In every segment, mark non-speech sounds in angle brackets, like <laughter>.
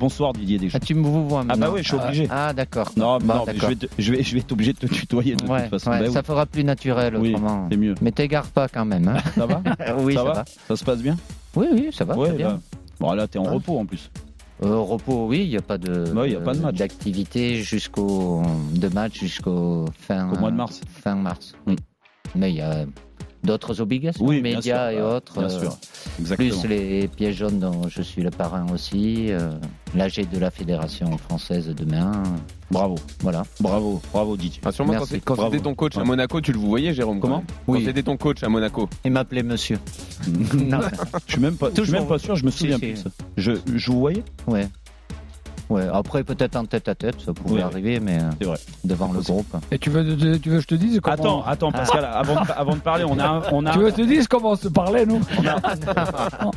Bonsoir Didier Deschamps. Ah, tu me vois Ah maintenant. bah ouais, je suis obligé. Ah, d'accord. Non, Bah, non, mais je d'accord. vais, te- je vais, je vais être obligé de te tutoyer de Ouais, toute façon. ouais, Bah oui, ça fera plus naturel Oui. autrement. c'est mieux. Mais t'égare pas quand <laughs> même. hein. Ça <laughs> va oui, Ça ça, va va. Ça se passe bien Oui, oui, ça va. Ouais, très bien. bah. Bon, là, t'es en Ouais. repos en plus. Euh, repos, oui, il n'y a pas de. euh, Bah oui, y a pas de match. D'activité jusqu'au. De match jusqu'au fin. Au mois de mars. Mm. Fin mars, oui. Mais il y a d'autres obligations, Oui, bien médias sûr, et bah, autres. Bien euh, sûr. Exactement. Plus les pièces jaunes dont je suis le parrain aussi, euh, l'AG de la Fédération française demain, Bravo, voilà. bravo, bravo Didier. Ah, sûrement, quand Merci. c'est- quand Bravo. c'était ton coach à Ouais. Monaco, tu le voyais, Jérôme. hein Comment Quand Oui. c'était ton coach à Monaco. Et m'appeler <laughs> monsieur. non, Je suis même pas, je suis Toujours. même pas sûr, je me Si, souviens si. plus. de ça. Je, je vous voyais ouais. Ouais, après peut-être en tête à tête, ça pouvait Ouais. arriver, mais euh, C'est vrai. devant le groupe. Et tu veux, tu, veux que je te dise comment Attends, attends Ah. Pascal, avant, de, avant de parler, on a, un- <laughs> on a, Tu veux que je te dise comment on se parlait, nous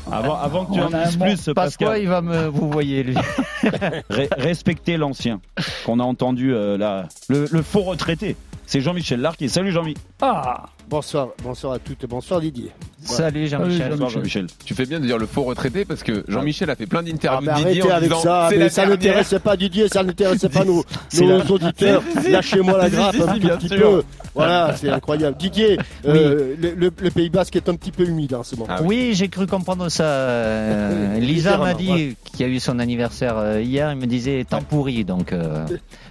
avant, avant que tu On en a un dises bon- plus, Parce quoi, Pascal, il va me. Vous voyez, lui. re- respectez l'ancien qu'on a entendu euh, là, le, le faux retraité. C'est Jean-Michel Larquet. Salut Jean-Mi. <laughs> Ah Bonsoir, bonsoir à toutes et bonsoir Didier. <laughs> Salut Jean-Michel. Bonsoir Ah Jean-Michel. Tu fais bien de dire le faux retraité parce que Jean-Michel a fait plein d'interviews Ah, de mais Didier arrêtez en avec disant ça, c'est mais la ça dernière. n'intéresse pas Didier, ça n'intéresse <laughs> pas nos, C'est nos la- auditeurs. Lâchez-moi la Si, grappe si, un si, tout bien petit sûr. peu. Voilà, c'est incroyable. Didier, euh, le, le- le Pays Basque est un petit peu humide en ce moment. Ah Oui, j'ai cru <laughs> comprendre ça. euh, Oui, Lisa m'a légèrement, dit, ouais. qui a eu son anniversaire euh, hier, il me disait temps pourri, donc euh,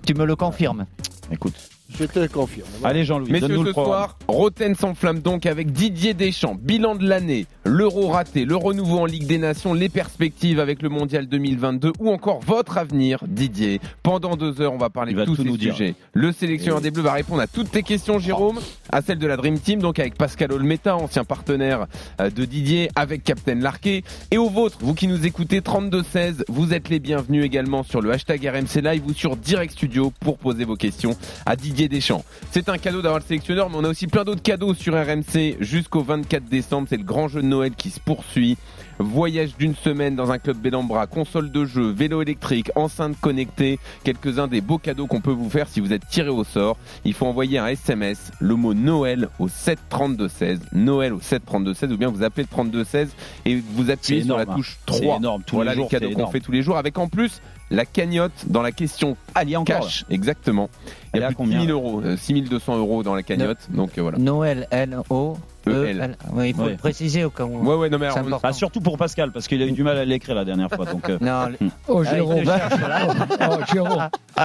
tu me le confirmes. Écoute. Je te le confirme. Allez Jean-Louis, Messieurs, donne-nous ce le programme. soir, Roten s'enflamme donc avec Didier Deschamps. Bilan de l'année, l'euro raté, le renouveau en Ligue des Nations, les perspectives avec le Mondial 2022 ou encore votre avenir, Didier. Pendant deux heures, on va parler Il de va tous tout ces nous dire. sujets. Le sélectionneur des Bleus va répondre à toutes tes questions, Jérôme, à celle de la Dream Team, donc avec Pascal Olmeta, ancien partenaire euh, de Didier, avec Captain Larquet. Et aux vôtres, vous qui nous écoutez 32-16, vous êtes les bienvenus également sur le hashtag RMC Live ou sur Direct Studio pour poser vos questions à Didier Deschamps. C'est un cadeau d'avoir le sélectionneur, mais on a aussi plein d'autres cadeaux sur RMC jusqu'au 24 décembre. C'est le grand jeu de Noël qui se poursuit. Voyage d'une semaine dans un club Bellambra, console de jeu, vélo électrique, enceinte connectée, quelques-uns des beaux cadeaux qu'on peut vous faire si vous êtes tiré au sort. Il faut envoyer un SMS, le mot Noël au 732-16, Noël au 732-16, ou bien vous appelez le 32-16 et vous appuyez C'est sur énorme, la hein. touche C'est 3. énorme, tous Voilà les les jours, c'est cadeaux qu'on énorme. fait tous les jours, avec en plus la cagnotte dans la question Ah, il y a encore. cash, exactement. Il Elle y est à a plus de combien, 1000 euros, euh, 6200 euros dans la cagnotte, donc euh, voilà. Noël, L-O. E-L. E-L. Ah Oui, il faut E Ouais. le préciser au cas où. Ouais, ouais, non, mais C'est alors, on- important. Ah, surtout pour Pascal, parce qu'il a eu du mal à l'écrire la dernière fois. Donc, euh, Non, le- Oh, Ah, il Jérôme te cherche, là. <laughs> Oh, Jérôme <laughs>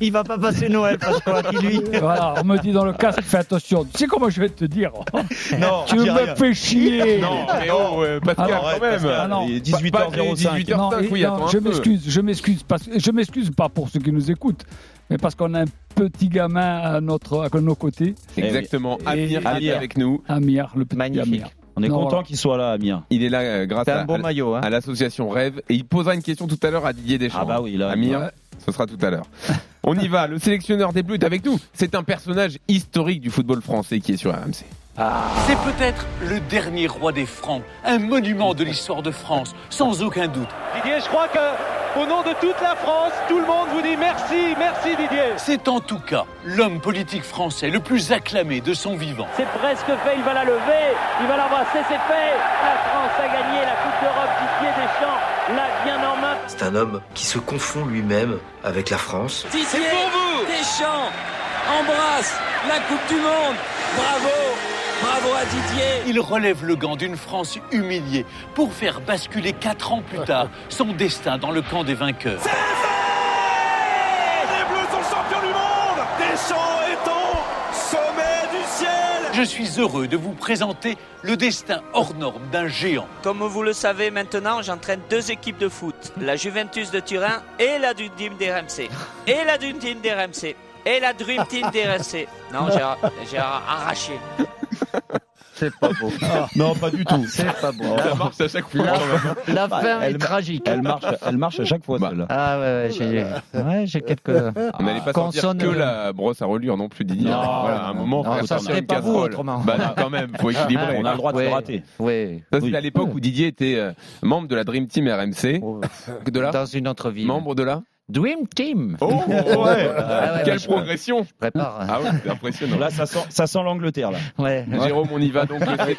il va pas passer Noël parce qu'on a dit lui. <laughs> Voilà, on me dit dans le casque, fais attention. Tu sais comment je vais <laughs> te dire <laughs> non, Tu dis me rien. fais chier Non, mais oh, euh, Pascal, Alors, quand Arrête, même. Pascal, Ah, non. il est 18h05. Pas- pas- Non, 8h05, et- oui, non, attends un je peu. m'excuse, je m'excuse, parce que je m'excuse pas pour ceux qui nous écoutent, mais parce qu'on a un petit gamin à notre, à nos côtés, Exactement. Eh Et- Amir Amir. est avec nous. Amir, le petit Magnifique. Amir. On est Non, content voilà. qu'il soit là, Amir. Il est là euh, grâce Bah, T'as à, un bon à- maillot, hein. à l'association Rêve et il posera une question tout à l'heure à Didier Deschamps. Ah bah oui, là. Amir, Ouais. ce sera tout à l'heure. <laughs> On y va, le sélectionneur des Bleus est avec nous. C'est un personnage historique du football français qui est sur RMC. C'est peut-être le dernier roi des Francs, un monument de l'histoire de France, sans aucun doute. Didier, je crois que au nom de toute la France, tout le monde vous dit merci, merci Didier. C'est en tout cas l'homme politique français le plus acclamé de son vivant. C'est presque fait, il va la lever, il va l'embrasser, c'est fait. La France a gagné la Coupe d'Europe, Didier Deschamps l'a bien en main. C'est un homme qui se confond lui-même avec la France. C'est pour vous Deschamps embrasse la Coupe du Monde Bravo Bravo à Didier Il relève le gant d'une France humiliée pour faire basculer quatre ans plus tard son destin dans le camp des vainqueurs. Je suis heureux de vous présenter le destin hors norme d'un géant. Comme vous le savez maintenant, j'entraîne deux équipes de foot, la Juventus de Turin et la Dream Team d'RMC. Et la Dream Team d'RMC. Et la Dream Team d'RMC. Non, j'ai j'ai arraché. C'est pas <laughs> beau. <laughs> Non, pas du tout. <laughs> C'est pas beau. Ça marche à chaque fois. La, la fin Elle est m'a- tragique. Elle marche, elle marche à chaque fois, Bah. celle-là. Ah ouais, ouais, j'ai ouais, j'ai quelques. On n'allait pas sortir consonnes- que la brosse à relure non plus, Didier. Non, voilà, à un non, moment, non, faire Ah, ça sortir serait une pas vous, casserole. autrement. Bah non, quand même, <laughs> faut équilibrer. Ah, On a le droit de Ouais. se rater. Ouais. Ça, c'est Oui. à l'époque où Didier était euh, membre de la Dream Team RMC. Oh, De là Dans une autre ville. Membre de là Dream Team. Oh, <laughs> ouais. Euh, Ah ouais, Quelle ouais, je- progression Je prépare. Ah ouais, c'est impressionnant. Là, ça sent, ça sent l'Angleterre, là. Ouais. Jérôme, on y va donc. Le, sé-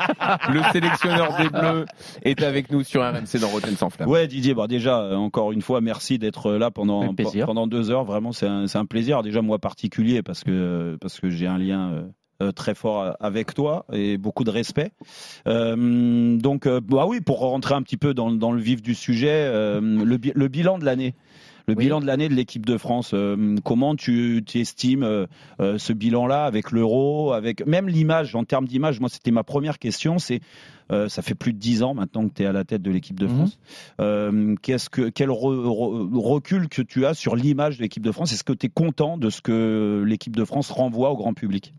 le sélectionneur des Bleus est avec nous sur RMC dans Rotten sans flamme. Ouais, Didier, bah déjà, euh, encore une fois, merci d'être euh, là pendant, Avec plaisir. pe- pendant deux heures. Vraiment, c'est un, c'est un plaisir. Déjà, moi, particulier, parce que, parce que j'ai un lien euh, euh, très fort a- avec toi et beaucoup de respect. Euh, donc, euh, bah oui, pour rentrer un petit peu dans, dans le vif du sujet, euh, le, bi- le bilan de l'année. Le Oui. bilan de l'année de l'équipe de France, euh, comment tu, tu estimes euh, euh, ce bilan-là avec l'euro, avec même l'image, en termes d'image, moi c'était ma première question, c'est euh, ça fait plus de dix ans maintenant que tu es à la tête de l'équipe de Mhm. France. Euh, qu'est-ce que, quel re- re- recul que tu as sur l'image de l'équipe de France Est-ce que tu es content de ce que l'équipe de France renvoie au grand public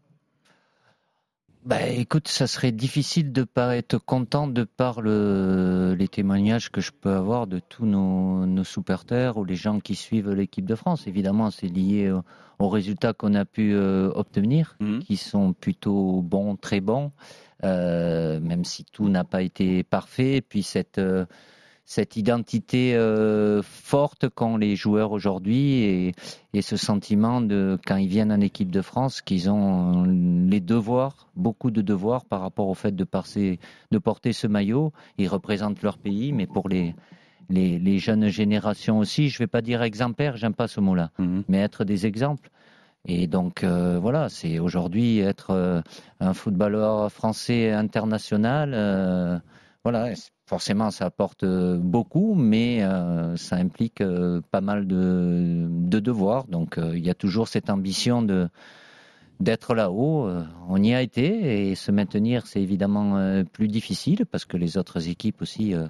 Bah, écoute, ça serait difficile de pas être content de par le, les témoignages que je peux avoir de tous nos, nos supporters ou les gens qui suivent l'équipe de France. Évidemment, c'est lié au- aux résultats qu'on a pu euh, obtenir, Mhm. qui sont plutôt bons, très bons, euh, même si tout n'a pas été parfait. Et puis cette euh, cette identité euh, forte qu'ont les joueurs aujourd'hui et, et ce sentiment de quand ils viennent en équipe de France qu'ils ont les devoirs, beaucoup de devoirs par rapport au fait de, passer- de porter ce maillot. Ils représentent leur pays, mais pour les, les, les jeunes générations aussi, je ne vais pas dire exemplaires, j'aime pas ce mot-là, Mhm. mais être des exemples. Et donc euh, voilà, c'est aujourd'hui être euh, un footballeur français international. euh, voilà, c'est- forcément, ça apporte euh, beaucoup, mais euh, ça implique euh, pas mal de, de devoirs. Donc, euh, il y a toujours cette ambition de d'être là-haut. Euh, on y a été et se maintenir, c'est évidemment euh, plus difficile parce que les autres équipes aussi euh,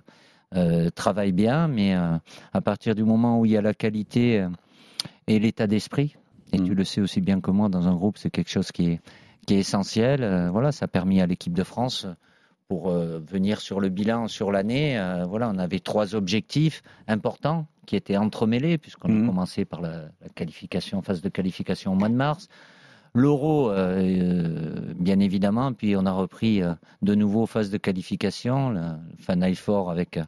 euh, travaillent bien, mais euh, à partir du moment où il y a la qualité euh, et l'état d'esprit, et Mhm. tu le sais aussi bien que moi, dans un groupe, c'est quelque chose qui est, qui est essentiel. Euh, voilà, ça a permis à l'équipe de France pour euh, venir sur le bilan sur l'année, euh, voilà, on avait trois objectifs importants qui étaient entremêlés, puisqu'on Mhm. a commencé par la, la qualification, phase de qualification au mois de mars. L'euro, euh, euh, bien évidemment, puis on a repris euh, de nouveau phase de qualification, le Final Four avec euh,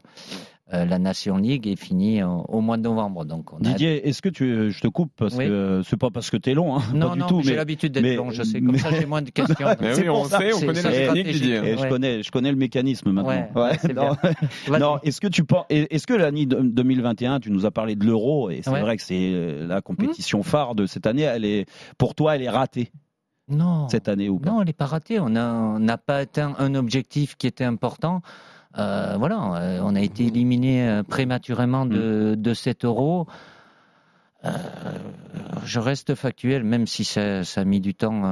euh, la Nation League et fini euh, au mois de novembre. Donc on a- Bah, Didier, est-ce que tu, je te coupe parce Oui. que c'est pas parce que t'es long, hein, Non, pas du non, tout, mais j'ai mais l'habitude d'être mais- long, je sais, comme ça <laughs> j'ai moins de questions. Mais C'est oui, on pour ça. sait, on C'est- connaît la c'est technique, stratégique. Didier. Eh, je Ouais. connais, je connais le mécanisme maintenant. Ouais, ouais, <laughs> c'est non. Vas-y. Non, est-ce que tu penses, est-ce que l'année de- 2021, tu nous as parlé de l'euro et c'est Ouais. Mmh. vrai que c'est euh, la compétition phare de cette année, elle est, pour toi, elle est ratée non. cette année ou pas Non, elle n'est pas ratée. On a- on n'a pas atteint un objectif qui était important. Euh, voilà, euh, on a été éliminé euh, prématurément de, Mm. de cet euro. Euh, je reste factuel, même si ça, ça a mis du temps à,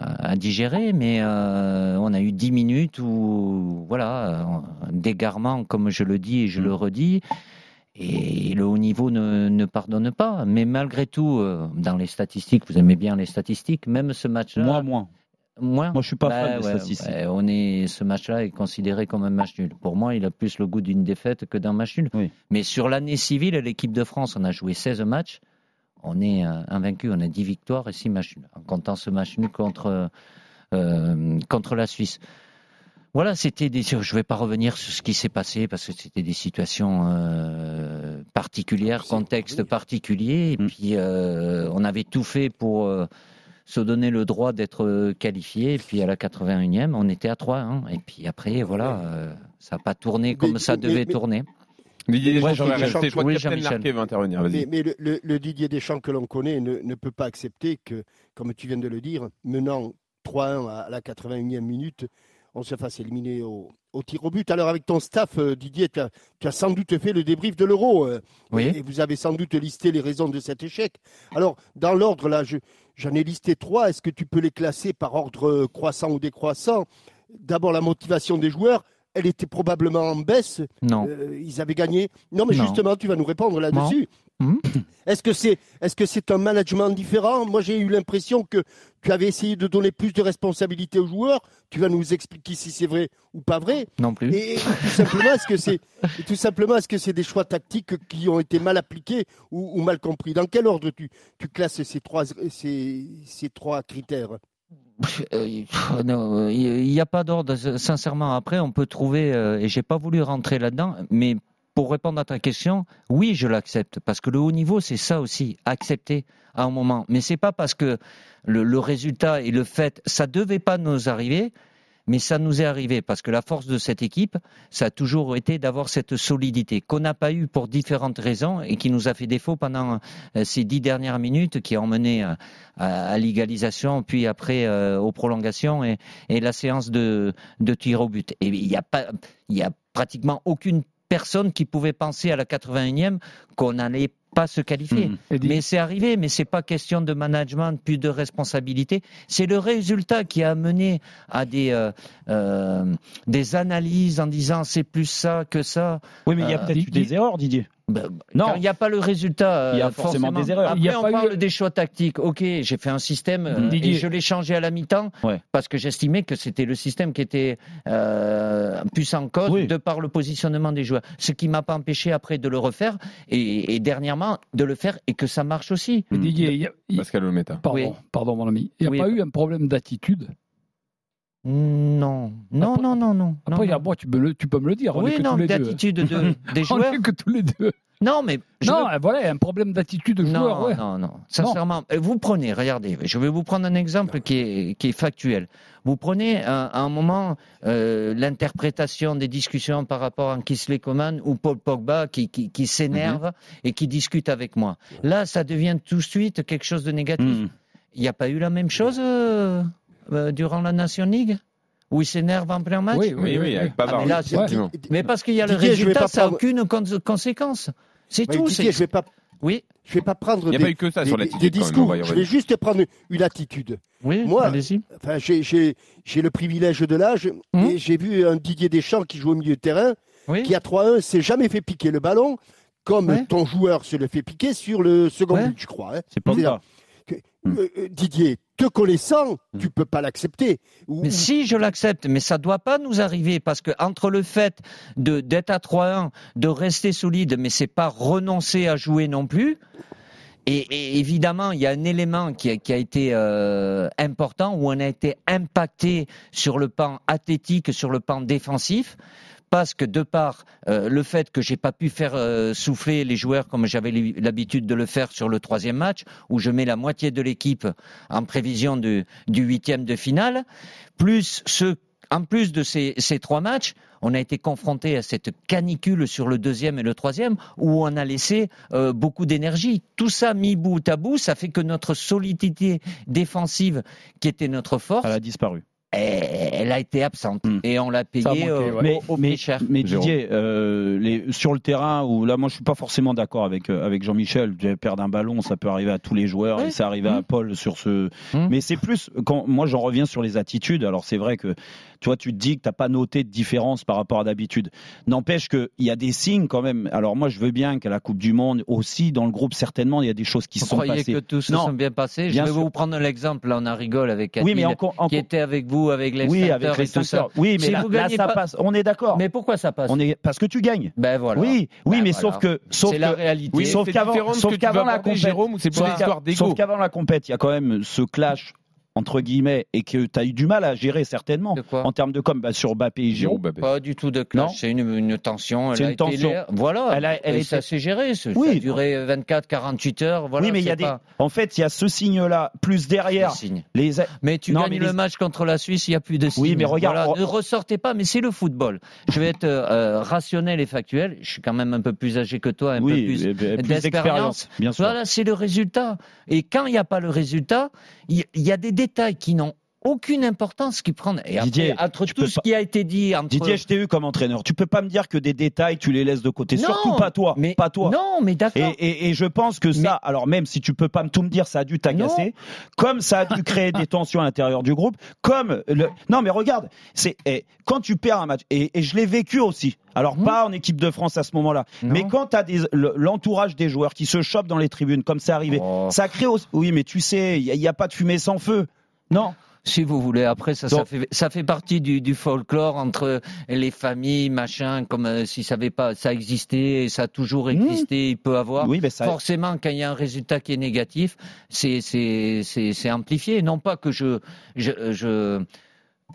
à- à digérer, mais euh, on a eu 10 minutes où, voilà, un d'égarement, comme je le dis et je Mm. le redis, et le haut niveau ne, ne pardonne pas. Mais malgré tout, euh, dans les statistiques, vous aimez bien les statistiques, même ce match-là. Moi, moins. Moins Moi, je suis pas Bah fan des ouais, statistiques. ouais, on est, ce match-là est considéré comme un match nul. Pour moi, il a plus le goût d'une défaite que d'un match nul. Oui. Mais sur l'année civile, l'équipe de France, on a joué 16 matchs. On est euh, invaincu, on a 10 victoires et 6 matchs nuls. En comptant ce match nul contre, euh, contre la Suisse. Voilà, c'était des. Je ne vais pas revenir sur ce qui s'est passé parce que c'était des situations euh, particulières, contexte particulier. Et Mm. puis, euh, on avait tout fait pour euh, se donner le droit d'être euh, qualifié. Et puis, à la 81e, on était à 3. hein. Et puis après, voilà, euh, ça n'a pas tourné comme Mais- ça mais- devait mais- tourner. Didier Ouais, Deschamps, j'aurais Didier resté. Je crois que Oui, Captain Jean-Michel. Larquet va intervenir. Mais, Vas-y. mais le, le- le Didier Deschamps que l'on connaît ne, ne peut pas accepter que, comme tu viens de le dire, menant 3-1 à la 81e minute, on se fasse éliminer au, au tir au but. Alors avec ton staff, euh, Didier, tu as, tu as sans doute fait le débrief de l'euro. euh, Oui. Et vous avez sans doute listé les raisons de cet échec. Alors, dans l'ordre, là, je- j'en ai listé trois. Est-ce que tu peux les classer par ordre euh, croissant ou décroissant D'abord, la motivation des joueurs. Elle était probablement en baisse. Non. Euh, ils avaient gagné. Non, mais Non. justement, tu vas nous répondre là-dessus. Non. Hum. Mhm. Est-ce que c'est est-ce que c'est un management différent Moi, j'ai eu l'impression que tu avais essayé de donner plus de responsabilités aux joueurs. Tu vas nous expliquer si c'est vrai ou pas vrai. Non plus. Et, et tout simplement, est-ce que c'est et tout simplement est-ce que c'est des choix tactiques qui ont été mal appliqués ou, ou mal compris Dans quel ordre tu, tu classes ces trois ces, ces trois critères Euh, pff, non, euh, Il n'y a pas d'ordre, s- sincèrement. Après, on peut trouver, euh, et j'ai pas voulu rentrer là-dedans, mais pour répondre à ta question, oui, je l'accepte. Parce que le haut niveau, c'est ça aussi, accepter à un moment. Mais c'est pas parce que le, le résultat et le fait, ça devait pas nous arriver, mais ça nous est arrivé. Parce que la force de cette équipe, ça a toujours été d'avoir cette solidité qu'on n'a pas eue pour différentes raisons et qui nous a fait défaut pendant euh, ces dix dernières minutes qui ont mené euh, à, à l'égalisation, puis après euh, aux prolongations et, et la séance de, de tir au but. Et il n'y a pas, il y a pratiquement aucune personne qui pouvait penser à la 81e qu'on n'allait pas se qualifier. Mhm. Et dit- Mais c'est arrivé, mais c'est pas question de management puis de responsabilité. C'est le résultat qui a mené à des euh, euh, des analyses en disant c'est plus ça que ça. Oui, mais il y a Euh, peut-être eu des erreurs, Didier. Ben, Non. quand il n'y a pas le résultat. Il y a euh, forcément des erreurs. Il y Après, a on pas eu- parle des choix tactiques. Ok, j'ai fait un système euh, et Didier. je l'ai changé à la mi-temps Ouais. parce que j'estimais que c'était le système qui était euh, plus en cause Oui. de par le positionnement des joueurs. Ce qui m'a pas empêché après de le refaire et, et dernièrement de le faire et que ça marche aussi. Et Didier, il y a- il- Pascal Olmeta. pardon, Oui. pardon, mon ami. Il n'y a Oui. pas eu un problème d'attitude. Non, non, Après- non, non, non. Après, non, il y a- non. moi, tu peux, le, tu peux me le dire. on est oui, que non, tous les deux. hein. l'attitude <laughs> de, des On joueurs. est que tous les deux. Non, mais je non, eh, voilà, un problème d'attitude de non, joueur. ouais. non, non. Sincèrement, euh, vous prenez, regardez, je vais vous prendre un exemple qui est, qui est factuel. Vous prenez à, à un moment euh, l'interprétation des discussions par rapport à Kisley Coman ou Paul Pogba qui, qui, qui s'énerve Mhm. et qui discute avec moi. Là, ça devient tout de suite quelque chose de négatif. Mhm. Il n'y a pas eu la même chose euh, euh, durant la Nation League où il s'énerve en plein match Oui, Oui, oui, avec Pavard. Ah, mais là, oui, c'est- effectivement. Mais parce qu'il y a le Didier, je vais résultat, pas ça n'a prendre- aucune cons- conséquence. C'est Ouais, tout. Didier, c'est- je vais pas, Oui, je vais pas prendre Il n'y des, a pas eu que ça des- sur des- l'attitude. des quand même, hein, on discours. va y Je revenir. vais juste prendre une attitude. oui, Moi, allez-y. Enfin, j'ai- j'ai j'ai le privilège de l'âge Mhm. et j'ai vu un Didier Deschamps qui joue au milieu de terrain, Oui. qui à 3-1 s'est jamais fait piquer le ballon, comme Ouais. ton joueur se le fait piquer sur le second Ouais. Hum. but, je crois. hein. C'est pas C'est ça. Mm. Euh, euh, Didier, te connaissant, Mm. tu peux pas l'accepter. Ou- Mais si, je l'accepte, mais ça doit pas nous arriver parce que entre le fait de d'être à 3-1, de rester solide, mais c'est pas renoncer à jouer non plus. Et, et évidemment, il y a un élément qui a, qui a été euh, important où on a été impacté sur le pan athlétique, sur le pan défensif. Parce que de par euh, le fait que j'ai pas pu faire euh, souffler les joueurs comme j'avais l'hi- l'habitude de le faire sur le troisième match, où je mets la moitié de l'équipe en prévision du, du huitième de finale, plus ce, en plus de ces, ces trois matchs, on a été confronté à cette canicule sur le deuxième et le troisième où on a laissé euh, beaucoup d'énergie. Tout ça mis bout à bout, ça fait que notre solidité défensive, qui était notre force, Elle a disparu. elle, elle a été absente Mm. et on l'a Ça a payé manqué, euh, ouais. au, au prix mais, cher. mais Jérôme. Didier, euh, les, sur le terrain, où là, moi, je suis pas forcément d'accord avec, euh, avec Jean-Michel. De Perdre un ballon, ça peut arriver à tous les joueurs, Oui. et ça arrive à Mm. Paul sur ce. Mm. Mais c'est plus, quand, moi, j'en reviens sur les attitudes. Alors, c'est vrai que, tu vois, tu te dis que t'as pas noté de différence par rapport à d'habitude. N'empêche qu'il y a des signes quand même. Alors, moi, je veux bien qu'à la Coupe du Monde, aussi, dans le groupe, certainement, il y a des choses qui Vous se sont croyez passées. que tout se Non. sont bien passé Bien Je vais sûr. vous prendre l'exemple, là on en rigole avec Oui, Adil, mais encore. qui encore- était avec vous, avec les Oui, starters avec les et tout ça. ceintures. Oui, mais Si là, vous là, gagnez ça pas- passe. On est d'accord. Mais pourquoi ça passe On est parce que tu gagnes. Ben voilà. Oui, oui, Ben mais voilà. sauf que, sauf C'est la que, réalité. Oui, sauf C'est qu'avant- différent de ce sauf que tu qu'avant veux la apporter, compète. Jérôme, ou c'est plus Sauf une histoire qu'à- d'ego. sauf qu'avant la compète, il y a quand même ce clash entre guillemets et que tu as eu du mal à gérer certainement De quoi en termes de com bah, sur Bappé et Giroud, Giroud. Mbappé. Pas du tout de Non. clash, c'est une, une tension. elle C'est a une été tension. lé- Voilà, Elle a- elle et était- ça s'est géré. ce- Oui. Ça a duré 24, 48 heures. Voilà, oui, mais il y a c'est pas des. En fait, il y a ce signe-là plus des derrière signes. les. Mais tu Non, gagnes mais le les- match contre la Suisse, il n'y a plus de signes. Oui, mais regarde- Voilà, ne ressortez pas, mais c'est le football. Je vais être euh, rationnel et factuel. Je suis quand même un peu plus âgé que toi, un peu oui, plus et- et- plus d'expérience. d'expérience, bien sûr. Voilà, c'est le résultat. Et quand il n'y a pas le résultat, il il y a des détails qui n'ont aucune importance qui prennent. Et après, Didier, entre tu tout peux ce pas- qui a été dit, entre Didier, je t'ai eu comme entraîneur. Tu peux pas me dire que des détails, tu les laisses de côté. Non, Surtout pas toi. mais pas toi. non, mais Et, d'accord. et- et je pense que ça, alors même si tu peux pas me tout me dire, ça a dû t'agacer, comme ça a dû créer des tensions à l'intérieur du groupe, comme le... Non mais regarde, c'est eh, quand tu perds un match, et, et je l'ai vécu aussi, alors Mhm. pas en équipe de France à ce moment-là, Non. mais quand tu as l'entourage des joueurs qui se chopent dans les tribunes, comme c'est arrivé, Oh. ça crée aussi... Oui mais tu sais, il n'y a, pas de fumée sans feu. Non, Si vous voulez, après, ça, ça, Donc- fait, ça fait partie du, du folklore entre les familles, machin, comme euh, si ça avait pas, ça existait, ça a toujours existé, il peut avoir. Hmm. oui mais ça... Forcément, quand il y a un résultat qui est négatif, c'est- c'est c'est- c'est amplifié. Non pas que je, je, je, euh,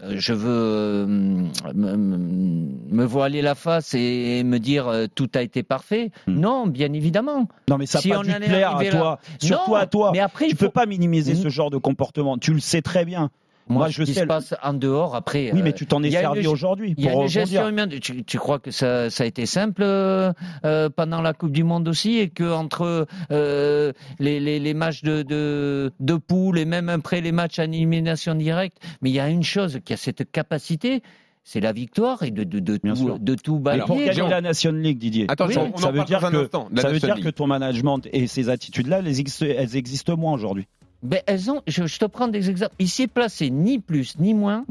je veux euh, me, me- me voiler la face et me dire euh, tout a été parfait. Hmm. Non, bien évidemment. Non, mais ça Si n'a on pas dû en te est plaire à arrivé toi. Surtout Non, à toi. Mais après, tu il peux faut- pas minimiser Mm. ce genre de comportement. Tu le sais très bien. Moi, Moi, ce je qui sais se le- passe en dehors après. Oui, euh, mais tu t'en es il y a servi une- aujourd'hui Il pour y a une rebondir. gestion humaine. Tu, tu crois que ça, ça a été simple euh, euh, pendant la Coupe du Monde aussi et que entre euh, les, les, les matchs de, de, de poule et même après les matchs à élimination directe, mais il y a une chose qui a cette capacité, c'est la victoire et de, de, de, Bien tout, sûr. de tout Et balayer. pour gagner Jérôme. la Nation League, Didier. Attends, Oui, Jean, on ça en veut parle dire dans un que- instant. de la Ça veut Nation dire League. que ton management et ces attitudes-là, elles existent, elles existent moins aujourd'hui. Ben, elles ont, je, je te prends des exemples. Il s'est placé ni plus <laughs> ni moins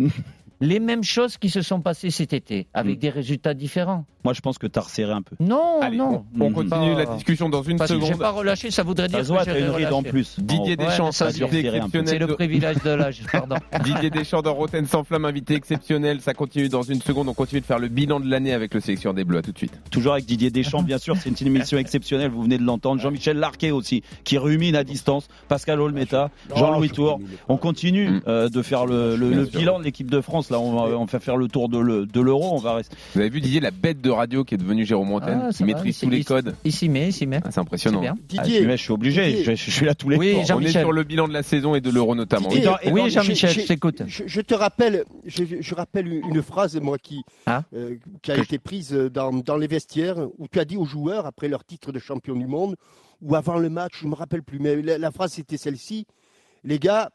les mêmes choses qui se sont passées cet été, avec Mm. des résultats différents. Moi, je pense que tu as resserré un peu. Non, Allez, Oh non. on, on Mhm. continue la Pas- discussion dans une Parce que j'ai seconde. pas relâché, ça voudrait dire Ça se voit, que t'as j'ai une ride en relâché. plus. Didier En haut. Ouais, Deschamps, ça, c'est invité resserré un peu. C'est exceptionnel le de- privilège de l'âge, pardon. Didier Deschamps dans Rotten sans flamme, invité exceptionnel. Ça continue dans une seconde. On continue de faire le bilan de l'année avec le sélectionneur des Bleus. À tout de suite. Toujours avec Didier Deschamps, bien sûr, c'est une émission exceptionnelle, vous venez de l'entendre. Jean-Michel Larquet aussi, qui rumine à distance. Pascal Olmeta, Jean-Louis Tour. On continue Mm. euh, de faire le, le- Bien le sûr. bilan de l'équipe de France. Là, on va, on va faire le tour de le- de l'euro. on va rester. Vous avez vu Didier la bête de radio qui est devenue Jérôme Rotten, Ah, ça qui va, maîtrise il- tous les il- codes. <laughs> Ici, mais ici, mais. Ah, c'est C'est impressionnant. bien. Ah, je, Didier, mais je suis obligé, je, Didier. je suis là tous les Oui, jours. Jean- On est Jean-Michel. sur le bilan de la saison et de l'euro notamment. Et Didier. dans- et dans- Oui, Jean-Michel, j'ai- je t'écoute. Je, je te rappelle, je, je rappelle une phrase, moi, qui, Ah. euh, qui a Que- été prise dans, dans les vestiaires, où tu as dit aux joueurs, après leur titre de champion du monde, ou avant le match, je ne me rappelle plus, mais la, la phrase c'était celle-ci Les gars,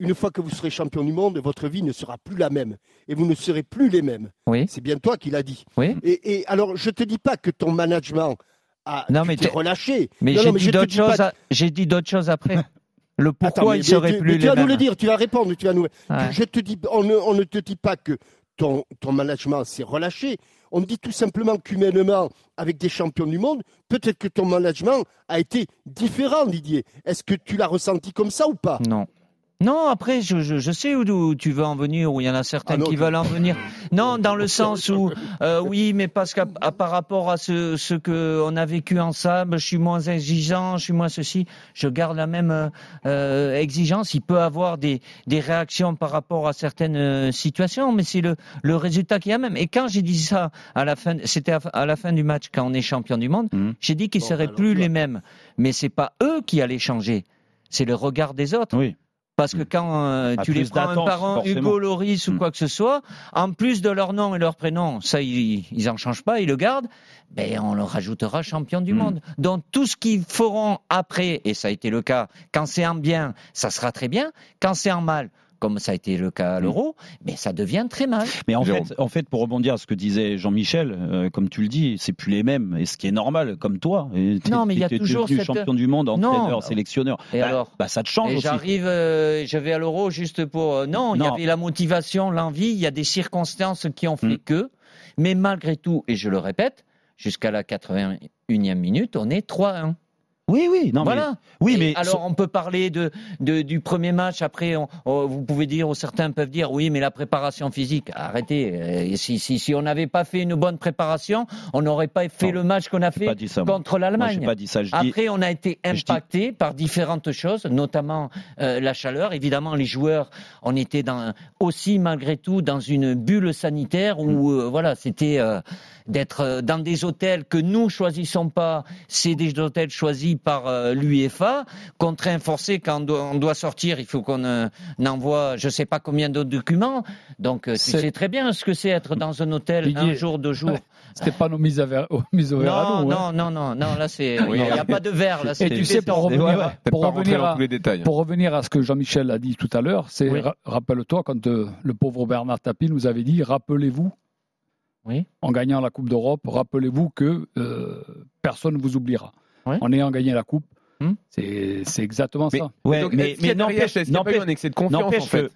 une fois que vous serez champion du monde, votre vie ne sera plus la même, et vous ne serez plus les mêmes. Oui. C'est bien toi qui l'as dit. Oui. Et, et alors, je ne te dis pas que ton management a Non, tu mais t'es t'es- relâché. Mais Non, j'ai non, dit je te d'autres dis pas- choses. à- J'ai dit d'autres choses <laughs> après. Le Attends, pourquoi mais- il mais serait tu- plus mais Tu les vas nous le mêmes. dire, tu vas répondre, tu vas nous. Ouais. Je te dis, on ne, on ne te dit pas que ton, ton management s'est relâché. On dit tout simplement qu'humainement, avec des champions du monde, peut-être que ton management a été différent, Didier. Est-ce que tu l'as ressenti comme ça ou pas Non. Non, après, je, je, je sais où, d'où tu veux en venir, où il y en a certains Ah non, qui tu- veulent en venir. Non, dans le sens où, euh, oui, mais parce qu'à à- par rapport à ce, ce qu'on a vécu ensemble, je suis moins exigeant, je suis moins ceci, je garde la même euh, euh, exigence. Il peut avoir des, des réactions par rapport à certaines euh, situations, mais c'est le, le résultat qu'il y a même. Et quand j'ai dit ça, à la fin, c'était à, à la fin du match, quand on est champion du monde, Mhm. j'ai dit qu'ils Mmh. Bon, ben, seraient alors, plus tu vois. les mêmes. Mais c'est pas eux qui allaient changer, c'est le regard des autres. Oui. Parce que quand euh, Ah, tu les plus prends un d'attente, par un, forcément. Hugo Loris ou Mm. quoi que ce soit, en plus de leur nom et leur prénom, ça ils, ils en changent pas, ils le gardent, ben on leur rajoutera champion du Mm. monde. Donc tout ce qu'ils feront après, et ça a été le cas, quand c'est en bien, ça sera très bien, quand c'est en mal, comme ça a été le Mm. cas à l'euro, mais ça devient très mal. Mais en Jérôme. fait, en fait, pour rebondir à ce que disait Jean-Michel, euh, comme tu le dis, c'est plus les mêmes, et ce qui est normal, comme toi. Et t'es- Non, mais il y a t'es toujours devenu cette- champion du monde, entraîneur, Non. sélectionneur. Et Bah, alors bah, ça te change Et aussi. j'arrive, euh, je vais à l'euro juste pour. euh, non, il y Non. avait la motivation, l'envie, il y a des circonstances qui ont fait Mm. que. Mais malgré tout, et je le répète, jusqu'à la 81e minute, on est 3-1. Oui, oui, non, voilà. mais, oui, Et mais alors, on peut parler de, de- du premier match. Après, on- on- vous pouvez dire, ou certains peuvent dire, oui, mais la préparation physique, arrêtez. Euh, Si, si, si on n'avait pas fait une bonne préparation, on n'aurait pas fait Non, le match qu'on a j'ai pas fait dit ça. Moi, contre Moi, j'ai l'Allemagne. pas dit ça. Je dis, Après, on a été je dis- impacté par différentes choses, notamment euh, la chaleur. Évidemment, les joueurs, on était dans, aussi malgré tout dans une bulle sanitaire où, Mm. euh, voilà, c'était euh, d'être euh, dans des hôtels que nous choisissons pas. C'est des hôtels choisis par euh, l'UEFA, contraints, forcés. Quand on doit, on doit sortir, il faut qu'on euh, envoie, je sais pas combien de documents. Donc, euh, tu C'est- sais très bien ce que c'est être dans un hôtel un Didier. jour, deux <laughs> jours. C'était pas nos mises, à ver... <laughs> aux mises au Non, Verano, hein. non, non, non, non, là <laughs> c'est. Il Oui. n'y a pas de verre, là Et c'est. tu sais, pour revenir, ouais, ouais. à- Peut-être pour pas rentrer revenir dans à, tous les détails. Pour revenir à ce que Jean-Michel a dit tout à l'heure, c'est Oui. ra- rappelle-toi quand euh, le pauvre Bernard Tapie nous avait dit rappelez-vous, Oui. en gagnant la Coupe d'Europe, rappelez-vous que euh, personne ne vous oubliera. Oui. En ayant gagné la Coupe, Hmm. c'est c'est exactement Mais- ça. ouais, Donc, mais, est-ce qu'il y a mais derrière, n'empêche, est-ce qu'il y a pas eu n'empêche- un excès de confiance en n'empêche fait que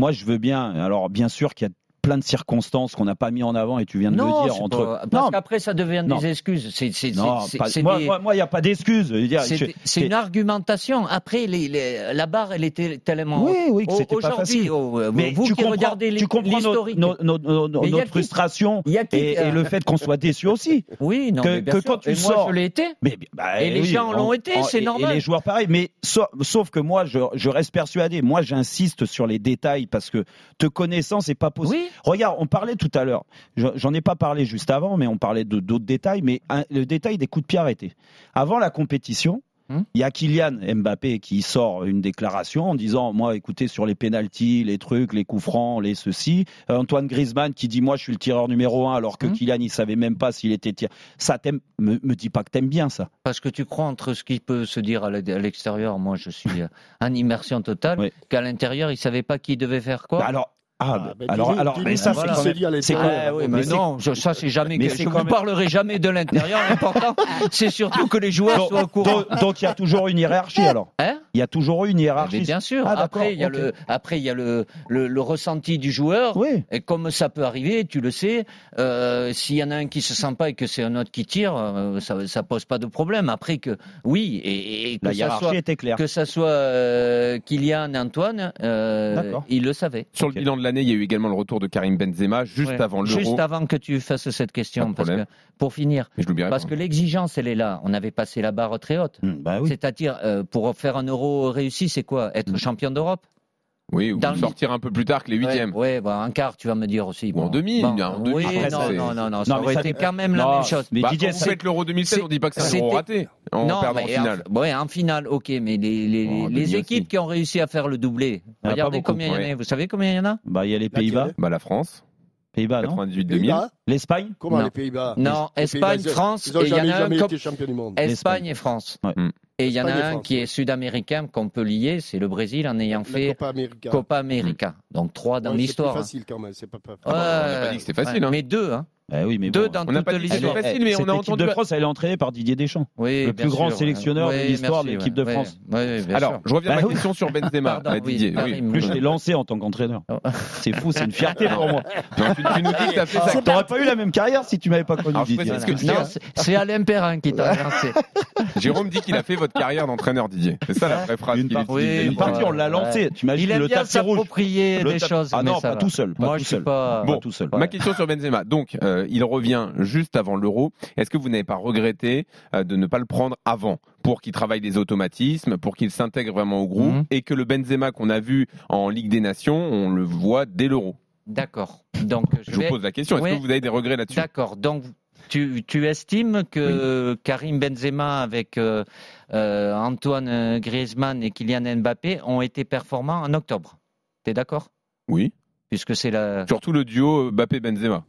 moi, je veux bien. Alors, bien sûr qu'il y a plein de circonstances qu'on n'a pas mis en avant et tu viens de non, le dire c'est entre. pas- parce non, qu'après ça devient Non. des excuses. C'est c'est- non, c'est- pas- c'est moi, des- moi- moi, il n'y a pas d'excuse. Je veux dire, c'est je- des- c'est une c'est- argumentation. Après, les- les- la barre, elle était tellement. Oui, oui, que Au- c'était pas aujourd'hui, facile. au- euh, Mais vous tu qui comprends, regardez tu comprends l'historique. notre, notre- notre- Mais y a notre le- frustration y a qui- et, et le fait qu'on soit déçu <laughs> aussi. Oui, non, que- mais bien que sûr. quand tu Et moi, sors- je l'ai été. Mais, bah, Et les oui, gens l'ont en- été, en- c'est et- normal. Et les joueurs pareil. Mais so- sauf que moi, je, je reste persuadé. Moi, j'insiste sur les détails parce que te connaissant, c'est pas possible. Oui, Regarde, on parlait tout à l'heure. Je- J'en ai pas parlé juste avant, mais on parlait de d'autres détails. Mais un- le détail des coups de pied arrêtés. Avant la compétition. Hmm. Il y a Kylian Mbappé qui sort une déclaration en disant moi écoutez sur les pénalties, les trucs, les coups francs, les ceci. Euh, Antoine Griezmann qui dit moi je suis le tireur numéro un alors que Hmm. Kylian il savait même pas s'il était tireur. Ça t'aime me, me dis pas que t'aimes bien ça. parce que tu crois entre ce qui peut se dire à l'e- à l'extérieur, moi je suis euh, en immersion totale, Oui. qu'à l'intérieur, ils ne savaient pas qui devait faire quoi. Bah alors ah, Ah, bah, ben, alors dis-nous- alors dis-nous mais ça ce c'est qui voilà. quand se même- dit à c'est l'intérieur. quand Ah, oui, mais, mais c'est- non, je- ça c'est jamais. Mais que- c'est je ne quand vous même- parlerai jamais de l'intérieur. <laughs> L'important, c'est surtout que les joueurs Donc- soient au courant. donc- donc il y a toujours une <laughs> hiérarchie alors. Hein Il y a toujours une Mais hiérarchie. bien sûr. Ah, d'accord, après, il y a ok. le, après, il y a le, le, le ressenti du joueur. Oui. Et comme ça peut arriver, tu le sais, euh, s'il y en a un qui se sent pas et que c'est un autre qui tire, euh, ça, ça pose pas de problème. Après que, oui, et, et que La ça hiérarchie soit, était claire. que ça soit euh, Kylian, Antoine, euh, D'accord. il le savait. Sur Ok. le bilan de l'année, il y a eu également le retour de Karim Benzema juste Ouais. avant l'Euro. Juste avant que tu fasses cette Pas question, de parce que, problème. pour finir, Mais je l'oublierai parce pas. que l'exigence, elle est là. On avait passé la barre très haute. Hmm, bah oui. C'est-à-dire, euh, pour faire un euro réussi, c'est quoi Être Mm. champion d'Europe Oui, ou dans le- sortir un peu plus tard que les huitièmes. Ouais, ouais, bah, un quart, tu vas me dire aussi. Ou en demi, bien, en demi, oui, après, non, c'est- non, non, non, ça mais aurait ça- été quand même Non, la même chose. Mais Bah, Didier, quand vous c'est- faites l'euro 2007, on dit pas que c'est un c'était- euro raté. On non, perd en mais finale. En, ouais, en finale, ok, mais les, les, Oh, en les demi équipes aussi. qui ont réussi à faire le doublé, en a pas regardez beaucoup, combien il y en ouais. a. Vous savez combien il y en a bah il y a les Pays-Bas, Laquelle Bah, la France, Pays-Bas Ah non Bah, 98-2000. Pays-Bas L'Espagne Comment Non. les Pays-Bas Non, Les Pays-Bas, Espagne, ils ont- France, Ils ont et il y en jamais, a un jamais comme- été champions du monde. Espagne et France. Ouais. Mm. Et il y en a Espagne et un France, qui ouais. est sud-américain qu'on peut lier, c'est le Brésil en ayant La fait Copa América. Copa América. Donc trois dans Ouais, l'histoire. C'est plus hein. facile quand même, c'est pas, pas- Ah bon, on n'a pas dit que c'était facile, hein. Mais deux, hein. Eh oui, mais deux bon, dans On n'a pas toute dit que c'était l'histoire. eh, facile, mais cette on a équipe entendu- de France, elle est entraînée par Didier Deschamps. Oui, Le bien plus grand sûr, ouais. sélectionneur de Oui, l'histoire de merci, l'équipe ouais. de France. Ouais, ouais, bien Alors, sûr. je reviens à Bah oui. ma Bah question <laughs> sur Benzema, Pardon, euh, Didier. oui, Oui. Karim. Plus je l'ai lancé en tant qu'entraîneur. Oh. Ah, C'est fou, c'est une fierté pour moi. Non, tu, tu nous dis que t'as fait ça. T'aurais pas eu la même carrière si tu m'avais pas connu Alors, je Didier. précise que- Non, c'est- c'est Alain Perrin qui t'a lancé. <laughs> Jérôme dit qu'il a fait votre carrière d'entraîneur, Didier. C'est ça la vraie phrase Une qu'il partie- utilise. Oui, Une partie, on l'a Ouais. lancé. Tu imagines Il aime le bien tapis rouge. s'approprier Le des tap- choses. Ah mais non, ça pas va. tout seul. Pas Moi, tout je suis seul. pas. Pas tout seul. Ma question sur Benzema. Donc, euh, il revient juste avant l'euro. Est-ce que vous n'avez pas regretté euh, de ne pas le prendre avant pour qu'il travaille des automatismes, pour qu'il s'intègre vraiment au groupe Mhm. et que le Benzema qu'on a vu en Ligue des Nations, on le voit dès l'euro D'accord. Donc, je Je vous vais. pose la question. Est-ce Ouais. que vous avez des regrets là-dessus D'accord. Donc, tu, tu estimes que Karim Benzema avec euh, euh, Antoine Griezmann et Kylian Mbappé ont été performants en octobre. T'es d'accord Oui. Puisque c'est la. Surtout le duo Mbappé-Benzema.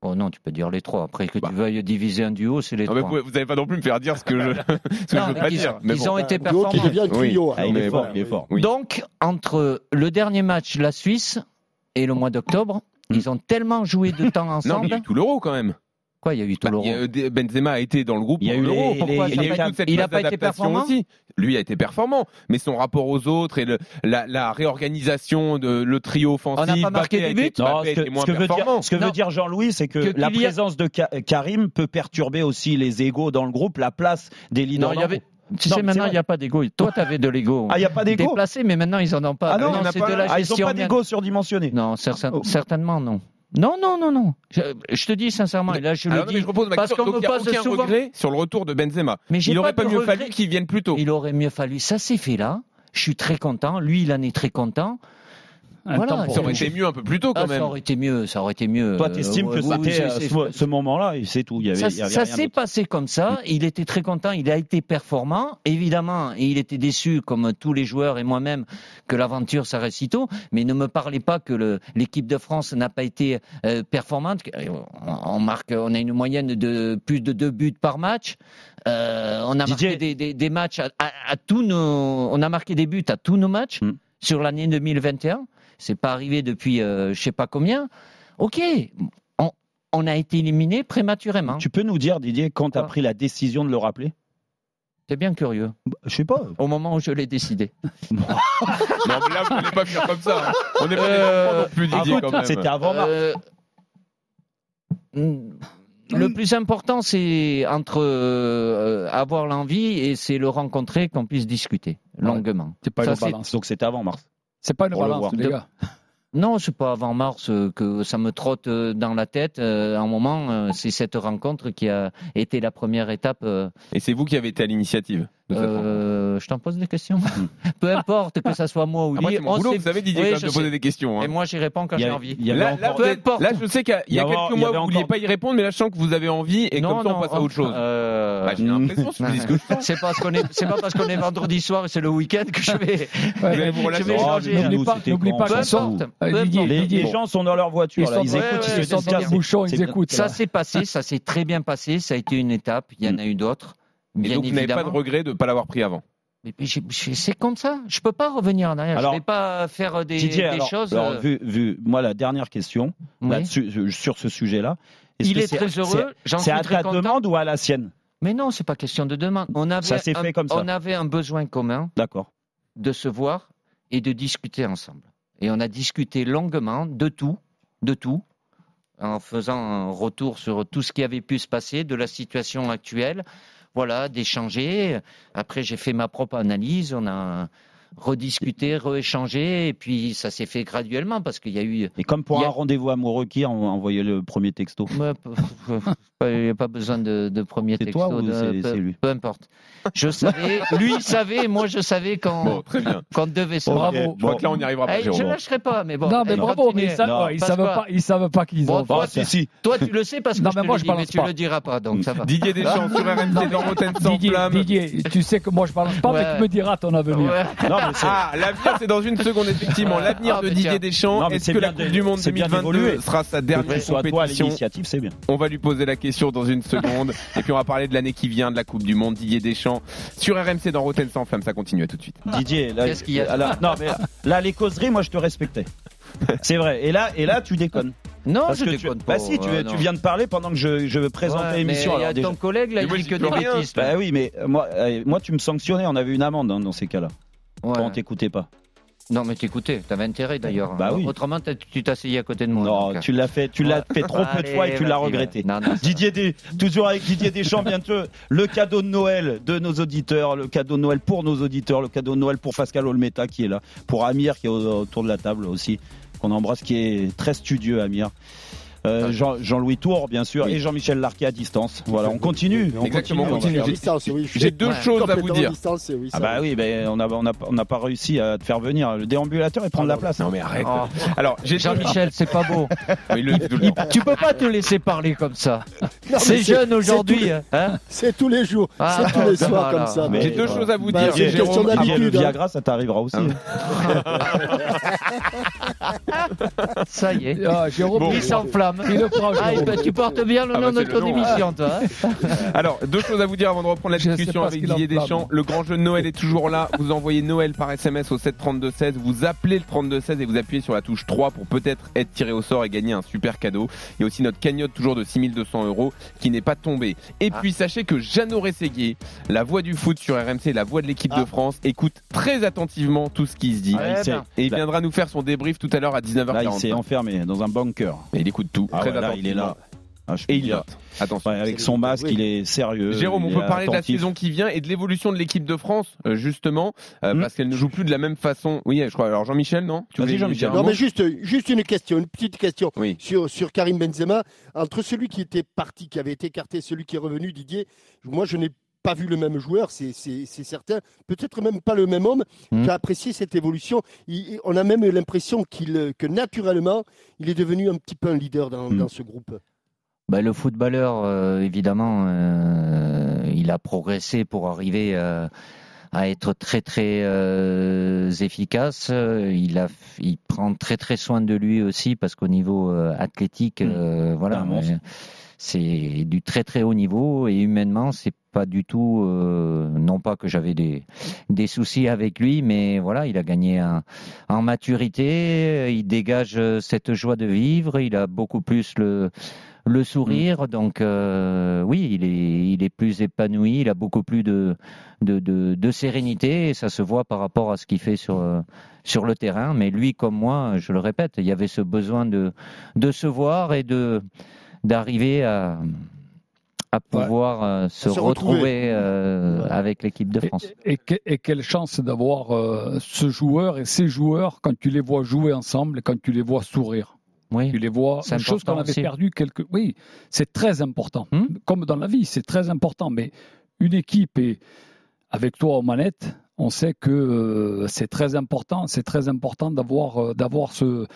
Oh non, tu peux dire les trois. Après que Bah. tu veuilles diviser un duo, c'est les Non, Ah, mais trois. vous n'allez pas non plus me faire dire ce que <laughs> je, ce que Non, je veux mais pas ils- dire. ils ont été Un duo qui performants. devient un Oui. trio. Ah, alors, il mais est fort, voilà, il est oui. fort. Oui. Donc, entre le dernier match, la Suisse, et le mois d'octobre, Mm. ils ont tellement joué de temps Hmm. Non, mais ensemble. il y a eu tout l'euro quand même. Quoi, il y a eu tout Bah, l'euro il y a eu des- Benzema a été dans le groupe Il y a pour eu l'Euro. les- Pourquoi les- il, les- y a eu toute cette il a phase pas été d'adaptation performant aussi. Lui a été performant, mais son rapport aux autres et le- la, la réorganisation de le trio offensif. On n'a pas marqué Mbappé a des été- buts Mbappé Non, ce a été que, moins ce que veut performant. Ah dire, ce que Non. veut dire Jean-Louis, c'est que, Que la Kylian- présence de Ka- Karim peut perturber aussi les égaux dans le groupe, la place des leaders. Non, il y dans le avait- groupe. Tu Non, sais, mais maintenant, c'est il n'y a pas d'ego. Toi, tu avais de l'ego. Ah, il n'y a pas d'égo Déplacé, mais maintenant, ils en ont pas. Ah non, il y en a euh, c'est pas. Ah, de la Ah, ils gestion. Euh, n'ont pas humaine. d'égo surdimensionné. Non, certain- Oh. certainement non. Non, non, non, non. Je, je te dis sincèrement, et là, je Alors, le non, dis. mais je repose ma parce question. qu'on me Donc, il y a pose aucun souvent- regret sur le retour de Benzema. Mais j'ai Il aurait pas, de mieux regret. fallu qu'il vienne plus tôt. Il aurait mieux fallu. Ça s'est fait là. Je suis très content. Lui, il en est très content. Un Voilà. temps pour- Ça aurait été mieux un peu plus tôt quand Ah, même. ça aurait été mieux. Ça aurait été mieux. Toi, t'estimes Euh, que oui, oui, c'était c'est- euh, c'est- ce, ce moment-là et c'est tout. Il y avait, Ça, il y avait ça rien s'est d'autre. passé comme ça. Il était très content. Il a été performant. Évidemment, il était déçu, comme tous les joueurs et moi-même, que l'aventure s'arrête si tôt. Mais ne me parlez pas que le- l'équipe de France n'a pas été euh, performante. Euh, On, on marque, on a une moyenne de plus de deux buts par match. Euh, on a Didier. marqué des, des- des matchs à, à- à tous nos, on a marqué des buts à tous nos matchs Mm. sur l'année 2021. C'est pas arrivé depuis euh, je sais pas combien. Ok, on, on a été éliminé prématurément. Tu peux nous dire, Didier, quand tu as Quoi pris la décision de le rappeler Bah, T'es bien curieux. Je sais pas. Au moment où je l'ai décidé. Non, mais là, vous n'allez pas finir comme ça. hein. On n'est pas des Euh, enfants non plus, Didier, Ah, Écoute, quand même. C'était avant mars. Euh, mm, le plus important, c'est entre euh, avoir l'envie et c'est le rencontrer qu'on puisse discuter longuement. C'est pas Ça, une c'est- balance. Donc c'était avant mars. C'est pas une Pour le balance, voir. les De- gars. Non, c'est pas avant mars euh, que ça me trotte euh, dans la tête. Euh, à un moment, euh, c'est cette rencontre qui a été la première étape. euh, Et c'est vous qui avez été à l'initiative de cette rencontre. euh, je t'en pose des <laughs> questions. <laughs> Peu importe que ça soit moi ou Ah, moi, lui. c'est mon on boulot, s'est- vous savez, Didier, Oui, quand même, je de poser sais. des questions. hein. Et moi, j'y réponds quand Il y j'ai a- envie. il y avait Là, là, encore- vous Peu êtes- importe. là, je sais qu'il y a, il y a Il y avait- quelques il y mois, avait vous vouliez encore- pas y répondre, mais là, je sens que vous avez envie et comme ça, on passe à autre chose. Euh, Bah, J'ai mm. l'impression, je vous dis ce que je <laughs> pense. C'est pas parce qu'on est, c'est pas parce qu'on est vendredi soir et c'est le week-end que je vais. Ouais, Vous allez vous je relâcher. vais Oh, changer. mais N'oublie nous, pas- c'était n'oublie quand, pas Peu on qu'on s'en sort. fout. importe. Euh, peu Didier, importe. Les, les Bon. gens sont dans leur voiture, Ils là. sont ils dans- écoutent, ouais, ils ouais, se Ils sont dans les dispersent. bouchons, C'est ils bien. écoutent. Ça alors. s'est passé, ça s'est très bien passé. Ça a été une étape. Il y en a eu d'autres. Et Bien donc, vous n'avez pas de évidemment. regret de ne pas l'avoir pris avant. Mais- mais j'ai- j'ai- c'est comme ça. Je peux pas revenir en arrière. Alors, je vais pas faire des, Didier, des alors, choses. alors, euh, vu, vu- moi, la dernière question oui. là-dessus, euh, sur ce sujet-là, est-ce Il que est c'est- très c'est- heureux. J'en C'est suis à très ta content. demande ou à la sienne Mais non, c'est pas question de demande. On avait Ça s'est un- fait comme ça. On avait un besoin commun. D'accord. de se voir et de discuter ensemble. Et on a discuté longuement de tout, de tout, en faisant un retour sur tout ce qui avait pu se passer, de la situation actuelle, voilà, d'échanger. Après, j'ai fait ma propre analyse, on a rediscuté, rééchangé, et puis ça s'est fait graduellement parce qu'il y a eu... Et comme pour Il y a- Oh, un rendez-vous amoureux, qui a en- envoyé le premier texto Ouais, p- p- <laughs> pas- Il n'y a pas besoin de, de premier C'est texto. toi ou de- c'est- peu, c'est lui peu importe. Je savais, lui il savait, moi je savais quand, Bon, très bien. quand devait se Ok, voir. Je crois que là, on n'y arrivera pas, Eh, je Jérôme. lâcherai pas, mais bon. Non, mais Eh, bravo, mais continuez. ils savent Non, pas, ils passe savent pas. pas, ils savent pas qu'ils ont. Bon, Oh, toi, si, si. toi, tu le sais parce que Non, je mais te moi, le je dis, mais balance tu pas. le diras pas, donc ça va. <laughs> Didier Deschamps sur RMC dans Rotten sans Didier, flamme. Didier, tu sais que moi je parle pas, mais Ouais. tu me diras ton avenir. Ouais. Non, mais c'est- Ah, l'avenir, c'est dans une seconde, effectivement. L'avenir Ah, de bah, Didier tiens. Deschamps, Non, mais est-ce c'est que la bien Coupe de- du Monde c'est bien 2022 d'évoluer. sera sa que dernière ce soit toi à compétition l'initiative, c'est bien. On va lui poser la question dans une <laughs> seconde. Et puis on va parler de l'année qui vient, de la Coupe du Monde, Didier Deschamps. Sur RMC dans Rotten sans flamme, ça continue à tout de suite. Didier, là, Qu'est-ce qu'il y a ah, là, <laughs> non, mais là, les causeries, moi, je te respectais. C'est vrai. Et là, et là, tu déconnes. Non, Parce je que tu- déconne pas. Bah si, tu, euh, tu non. viens de parler pendant que je, je présente Ouais, mais l'émission. il y alors, a déjà. ton collègue, là, Mais il moi, dit j'y que peux des rien. bêtises. là. Bah oui, mais euh, moi, euh, moi, tu me sanctionnais. On avait une amende hein, dans ces cas-là Ouais. quand on t'écoutait pas. Non, mais t'écoutais, t'avais intérêt d'ailleurs. Bah oui. Autrement, t'as- tu t'asseyais à côté de moi. non, donc. tu l'as fait, tu l'as Ouais. fait trop peu de Allez, fois et tu l'as vas-y, regretté. ouais. <laughs> Non, non, ça Didier Des, toujours avec Didier Deschamps bientôt. Le cadeau de Noël de nos auditeurs, le cadeau de Noël pour nos auditeurs, le cadeau de Noël pour Pascal Olmeta qui est là, pour Amir qui est au- autour de la table aussi, qu'on embrasse, qui est très studieux Amir. Euh, Jean- Jean-Louis Tour, bien sûr, Ah, Oui. et Jean-Michel Larquet à distance. Voilà, on continue. Mais on Exactement, continue, on continue. on va faire distance, oui, je J'ai suis deux Ouais. choses à vous complètement dire. distancé, oui, Ah ça bah oui, ben on n'a on a, on a pas réussi à te faire venir le déambulateur et prendre la place. Ah, Non mais arrête. Oh. Alors, j'ai Jean-Michel, c'est pas beau. Oui, il le dit tout le Il- temps. tu peux pas te laisser parler comme ça. Non, mais C'est jeune tous aujourd'hui. les- hein. C'est tous les jours, Ah, c'est tous les voilà. soirs comme ça. Mais- J'ai deux Bah, choses à vous bah, dire. c'est une Jérôme, question avant- Didier, le d'habitude, hein. Viagra, ça t'arrivera aussi. Ah, Ça y Oh. est. Ah, Jérôme, Bon. Il s'enflamme. il le prend, Ah, Jérôme. il- tu portes bien le Ah, nom bah, de c'est ton le nom, hein. émission, toi. hein. Alors, deux choses à vous dire avant de reprendre la Je sais discussion pas avec ce qu'il en Didier flamme. Deschamps. Le grand jeu de Noël est toujours là. Vous envoyez Noël par SMS au 732-16. Vous appelez le 32-16 et vous appuyez sur la touche 3 pour peut-être être tiré au sort et gagner un super cadeau. Il y a aussi notre cagnotte toujours de 6200 euros qui n'est pas tombée. Et puis, Ah. sachez que Jeannot Rességuier, la voix du foot sur RMC, la voix de l'équipe de Ah. France, écoute très attentivement tout ce qui se dit. Ah, il Eh s'est- ben. Et il Là- viendra nous faire son débrief tout à l'heure à Là, il s'est 19h45. enfermé dans un bunker. Et il écoute tout. Ah très ouais, là, attentivement. il est là. Ah, je peux Et te il dire. note. Attention. Ouais, avec C'est son le- masque, oui. il est sérieux. Jérôme, Euh, il on est peut parler de la attentif. saison qui vient et de l'évolution de l'équipe de France, euh, justement, euh, Hmm. parce qu'elle ne joue plus de la même façon. Oui, je crois. Alors Jean-Michel, non Tu Vas-y, voulais Jean-Michel. dire un Non, mot mais juste, juste une question, une petite question Oui. sur, sur Karim Benzema. Entre celui qui était parti, qui avait été écarté, celui qui est revenu, Didier, moi je n'ai pas vu le même joueur, c'est c'est- c'est certain. Peut-être même pas le même homme Mm. qui a apprécié cette évolution. Il- on a même l'impression qu'il euh, que naturellement, il est devenu un petit peu un leader dans, Hmm. Mm. dans ce groupe. Bah, le footballeur, euh, évidemment, euh, il a progressé pour arriver euh, à être très très euh, efficace. Euh, Il, a, il prend très très soin de lui aussi parce qu'au niveau euh, athlétique, Mmh. euh, voilà, Un monstre. euh, c'est du très très haut niveau et humainement, c'est pas du tout. euh, non pas que j'avais des des soucis avec lui, mais voilà, il a gagné un- en maturité. Il dégage euh, cette joie de vivre. Il a beaucoup plus le le sourire. Donc euh, oui, il est, il est plus épanoui, il a beaucoup plus de, de, de, de sérénité et ça se voit par rapport à ce qu'il fait sur, euh, sur le terrain. Mais lui, comme moi, je le répète, il y avait ce besoin de, de se voir et de d'arriver à, à pouvoir euh, se, Se retrouver. retrouver, euh, Ouais. avec l'équipe de Et- France. Et, que- et quelle chance d'avoir euh, ce joueur et ces joueurs quand tu les vois jouer ensemble et quand tu les vois sourire. Oui. Tu les vois. C'est Une chose important qu'on avait aussi. perdu quelque. Oui, c'est très important. Hmm. Comme dans la vie, c'est très important. Mais une équipe et avec toi aux manettes, on sait que euh, c'est très important. C'est très important d'avoir euh, d'avoir ce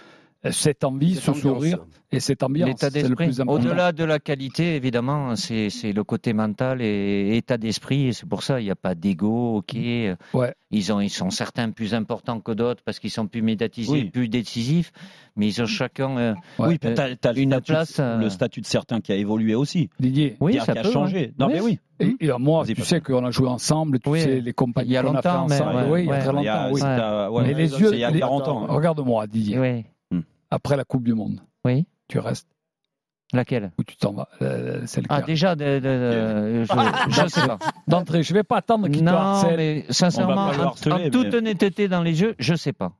cette envie, Cette ce ambiance. sourire et cette ambiance. L'état c'est le d'esprit. plus important. Au-delà de la qualité, évidemment, c'est c'est le côté mental et état d'esprit. Et c'est pour ça il n'y a pas d'ego. Ok, Ouais. ils ont ils sont certains plus importants que d'autres parce qu'ils sont plus médiatisés, Oui. plus décisifs, mais ils ont chacun. euh, Ouais. Oui, puis t'as- t'as le Une statut- place, euh, le statut de certains qui a évolué aussi. Didier. Oui, Pierre ça qui a peut, hein. changé. ouais. Non, Oui. mais oui. Et, et moi, Vas-y, tu Patrick. sais qu'on a joué ensemble. Tu Hmm? Oui. sais les compagnies Il y a qu'on a fait longtemps, mais ensemble. ouais, oui, il y a ouais. très Il y a- longtemps. Oui. c'est à- ouais, Mais les c'est yeux- il y a les- 40 ans. Ah, ouais. Regarde-moi, Didier. Oui. Après la Coupe du Monde, Oui. tu restes Laquelle ou tu t'en vas euh, C'est le Ah cas. déjà, de, de- de- Ah, je, je sais pas. D'entrée, je vais pas attendre qu'il te Non, harcèle. mais sincèrement, On va pas le en, harceler, en toute mais- honnêteté dans les yeux, je sais pas.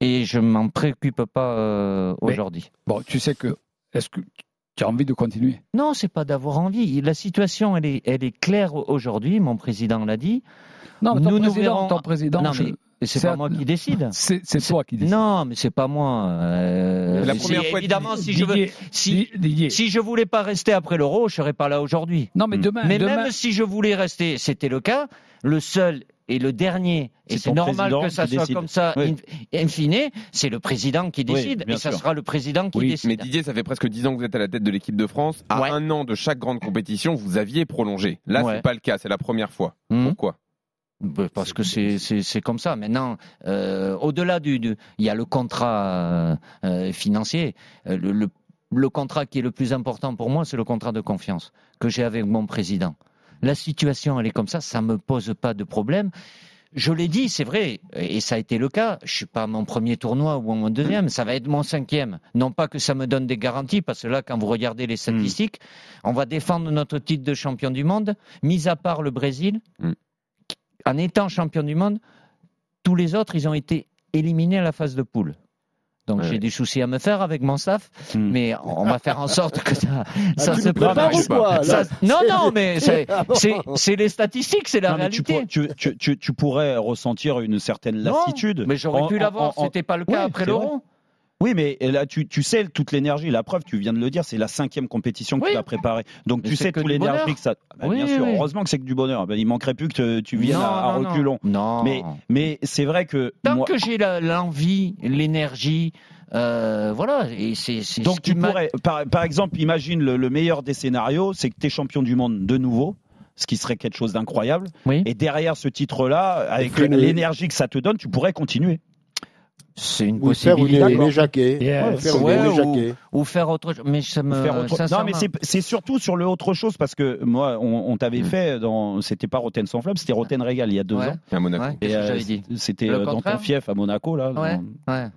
Et je m'en préoccupe pas euh, Mais- aujourd'hui. Bon, tu sais que. Est-ce que tu as envie de continuer Non, c'est pas d'avoir envie. La situation, elle est, elle est claire aujourd'hui. Mon président l'a dit. Non, mais ton Nous, nous président, verrons- ton président, non, je- mais c'est c'est pas à- Ah, moi qui décide. c'est c'est toi qui décides. Non, mais c'est pas moi. Euh, La c'est- première fois, évidemment, si je veux, Didier, si, Di- Didier. si je voulais pas rester après l'euro, je serais pas là aujourd'hui. Non, mais Hmm. demain, Mais demain, même si je voulais rester, c'était le cas, le seul et le dernier, et C'est c'est ton normal président que ça qui soit décide. comme ça, Oui. in, in fine, c'est le président qui Oui, décide, bien et ça sûr. sera le président qui Oui, décide. Mais Didier, ça fait presque 10 ans que vous êtes à la tête de l'équipe de France. À Ouais. un an de chaque grande compétition, vous aviez prolongé. Là, Ouais. c'est pas le cas, c'est la première fois. Hmm Pourquoi Ben, parce que c'est c'est- c'est comme ça. Maintenant, euh, au-delà du, du- il y a le contrat euh, euh, financier. Euh, le, le- le contrat qui est le plus important pour moi, c'est le contrat de confiance que j'ai avec mon président. La situation, elle est comme ça, ça me pose pas de problème. Je l'ai dit, c'est vrai, et ça a été le cas. Je suis pas à mon premier tournoi ou à mon deuxième, ça va être mon cinquième. Non pas que ça me donne des garanties, parce que là, quand vous regardez les statistiques, Hmm. on va défendre notre titre de champion du monde, mis à part le Brésil, Hmm. en étant champion du monde, tous les autres, ils ont été éliminés à la phase de poule. Donc Ouais. j'ai des soucis à me faire avec mon staff, Hmm. mais on va faire en sorte que ça, Ah, ça tu se nous prépares passe. ou quoi, là Ça- non, non, mais c'est- Ah <laughs> bon c'est c'est les statistiques, c'est la Non, mais tu, réalité. pourrais- tu, tu- tu- tu pourrais ressentir une certaine Non, lassitude. mais j'aurais En- pu en- l'avoir, en- en- c'était pas le cas Oui, après c'est vrai. l'euro. Oui, mais là, tu, tu sais toute l'énergie. La preuve, tu viens de le dire, c'est la cinquième compétition que Oui. tu as préparée. Donc Mais tu c'est sais que tout du l'énergie bonheur. que ça. Ah, bah, Oui, bien sûr, oui. heureusement que c'est que du bonheur. Ben, il manquerait plus que te- tu viennes Non, à, à non, non. reculons. Non. Mais, mais c'est vrai que. Tant moi- que j'ai la- l'envie, l'énergie, euh, voilà, et c'est c'est ce Donc qui tu m'a- pourrais, par, par exemple, imagine le, le meilleur des scénarios, c'est que tu es champion du monde de nouveau, ce qui serait quelque chose d'incroyable. Oui. Et derrière ce titre-là, avec Fais-le. l'énergie que ça te donne, tu pourrais continuer. c'est une Ou faire possibilité. une mes jaquets. Yeah. Ouais, Faire une Ouais, mes ou- jaquets. Ou faire autre chose. Mais Euh, ça me. Faire autre- Non, sincèrement- mais c'est- c'est surtout sur le autre chose parce que moi, on, on t'avait fait dans, c'était pas Rotten sans flamme, c'était Rotten Régal il y a deux Mm. Ouais, ans. À Monaco. ouais, qu'est-ce que euh, j'avais dit. C'était Le euh, dans ton contraire fief à Monaco là, Ouais, ouais.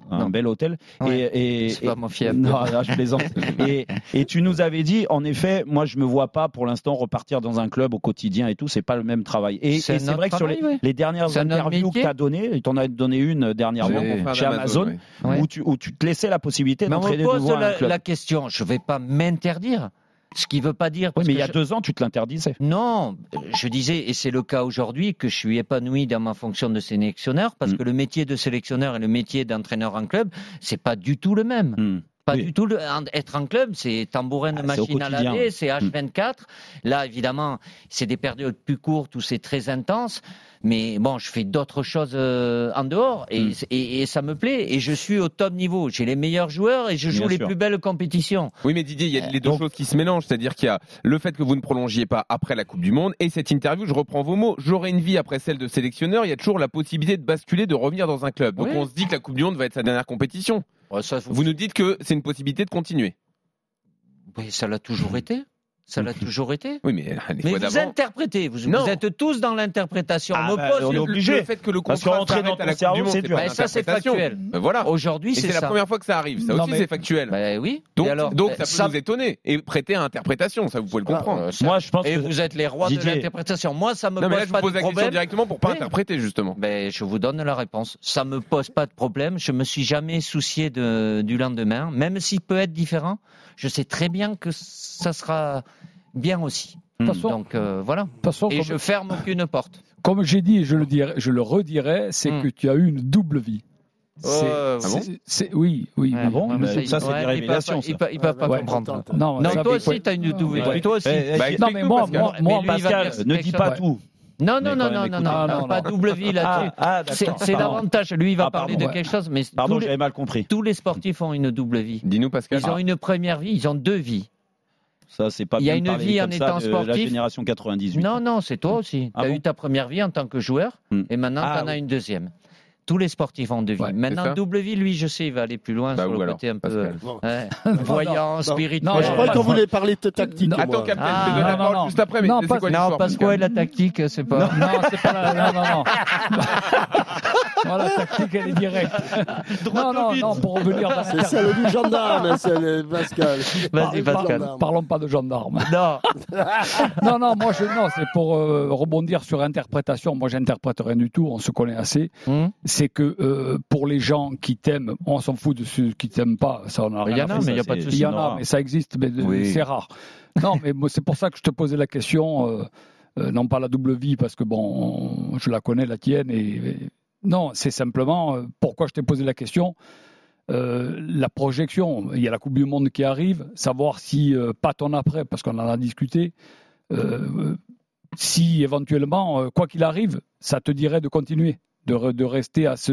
dans un Non. bel hôtel. Ouais. Ah, Et, et- C'est pas et- mon fief. Non, non, je <laughs> plaisante. et, et tu nous avais dit, en effet, moi je me vois pas pour l'instant repartir dans un club au quotidien et tout, c'est pas le même travail. Et et C'est c'est notre vrai que sur les, travail, ouais. les dernières C'est notre interviews que métier. tu as données, tu en as donné une euh, dernièrement C'est confrère chez d'Amazon, Amazon, ouais. Ouais. où, tu, où tu te laissais la possibilité Mais on d'entrer de me pose nouveau à un la, club. la question. Je vais pas m'interdire. Ce qui veut pas dire. Oui, parce mais il que y a je- deux ans, tu te l'interdisais. Non, je disais, et c'est le cas aujourd'hui, que je suis épanoui dans ma fonction de sélectionneur, parce Mm. que le métier de sélectionneur et le métier d'entraîneur en club, c'est pas du tout le même. Hmm. Pas Oui. du tout. le- en- être en club, c'est tambourin de Ah, c'est au machine à quotidien. Mm. laver, c'est H24. Là, évidemment, c'est des périodes plus courtes où c'est très intense. Mais bon, je fais d'autres choses euh, en dehors et, Mm. et- et ça me plaît. Et je suis au top niveau. J'ai les meilleurs joueurs et je joue Bien les sûr. plus belles compétitions. Oui, mais Didier, il y a les deux Euh, donc- choses qui se mélangent. C'est-à-dire qu'il y a le fait que vous ne prolongiez pas après la Coupe du Monde et cette interview, je reprends vos mots, j'aurai une vie après celle de sélectionneur. Il y a toujours la possibilité de basculer, de revenir dans un club. Donc Oui. on se dit que la Coupe du Monde va être sa dernière compétition. Ouais, Oh, ça, Vous nous dites que c'est une possibilité de continuer. Oui, ça l'a toujours été. Ça l'a toujours été. Oui, mais euh, les Mais fois vous d'avant. interprétez, vous, vous Non. êtes tous dans l'interprétation. Ah on bah, m'oppose on est le- obligé. Le fait que le Parce contrat qu'on rentre s'arrête dans à ton la Coupe cerveau, du Monde, c'est c'est dur. pas Bah, ça, c'est l'interprétation. factuel. Ben Voilà. Et Aujourd'hui, c'est c'est la ça. première fois que ça arrive. Ça Non, aussi, mais- c'est factuel. Bah oui. Donc, Et alors, donc euh, ça peut ça- nous étonner et prêter à interprétation, ça vous pouvez le Ah, comprendre. euh, ça- Moi, je pense et que vous êtes les rois de Didier. l'interprétation. Moi, ça me non mais là pose je vous pas de pose la question problème. directement pour pas Oui. interpréter justement. Ben, je vous donne la réponse. Ça me pose pas de problème. Je me suis jamais soucié de- du lendemain, même s'il peut être différent. Je sais très bien que ça sera bien aussi. De toute Hmm. façon, Donc euh, voilà. de toute façon, Et comme- je ferme aucune porte. Comme j'ai dit, et je le dirai, je le redirai, c'est Hmm. que tu as eu une double vie. C'est- Euh, c'est- c'est- oui, oui. Ouais, oui. bon ouais, Mais ouais, ça, c'est ouais, des il peut révélations, pas- ça. Il peut, il peut pas Ouais, comprendre. contente. Non, Non, ça, toi mais- aussi, t'as une double Ouais. vie. Toi aussi. Eh, eh, si- Bah, Non, mais Explique-nous, moi, Pascal. moi, Mais moi, lui, ma- il va Pascal, dire- ne dis pas Ouais. tout. Non, non, Mais non, quand non, même, non, écoute, non, non, non, non, pas non. double vie là-dessus. Ah, ah, C'est d'accord. c'est pardon. davantage. Lui, il va Ah, parler pardon, de quelque chose, mais Pardon, tous, les, j'avais mal compris. tous les sportifs ont une double vie. Dis-nous Pascal. Ils ont une première vie, ils ont deux vies. Ça, c'est pas Il y a bien de une parler vie comme en ça étant de La sportif. génération 98. Non, non, c'est toi aussi. Ah tu as bon eu ta première vie en tant que joueur Hmm. et maintenant Ah tu en as une deuxième. Tous les sportifs ont deux vies. Ouais, c'est ça maintenant, double vie, lui, je sais, il va aller plus loin Bah, sur ou le alors, côté un peu Pascal. Bon. ouais, non, voyant, non. spirituel. Non, je croyais qu'on voulait parler de tactique. Non. moi. Attends Captain, Ah, je te donne la non, parole non, juste après mais non, c'est pas- quoi Non, l'histoire, parce que ouais, Pascal la tactique, c'est pas. non, c'est pas la. Non, non, <laughs> non. Voilà, la tactique, elle est directe. Non, non, non, pour <laughs> revenir dans C'est l'inter- celle du gendarme, hein, celle de Pascal. Vas-y, Parle- Pascal. gendarme. Parlons pas de gendarme. <laughs> Non, Non, non, moi, je, non, c'est pour euh, rebondir sur interprétation. Moi, j'interprète rien du tout, on se connaît assez. Hmm. C'est que euh, pour les gens qui t'aiment, on s'en fout de ceux qui t'aiment pas, ça, on a il rien y à en a, fait, mais il n'y a Ah, ça, pas de c'est- Il y souci. en a, rare. mais ça existe, mais de- Oui. c'est rare. Non, mais moi, c'est pour ça que je te posais la question, euh, euh, non pas la double vie, parce que bon, on- je la connais, la tienne, et, et- non, c'est simplement euh, pourquoi je t'ai posé la question. euh, la projection, il y a la Coupe du Monde qui arrive, savoir si, euh, pas ton après, parce qu'on en a discuté, euh, si éventuellement, euh, quoi qu'il arrive, ça te dirait de continuer, de, re- de rester à ce,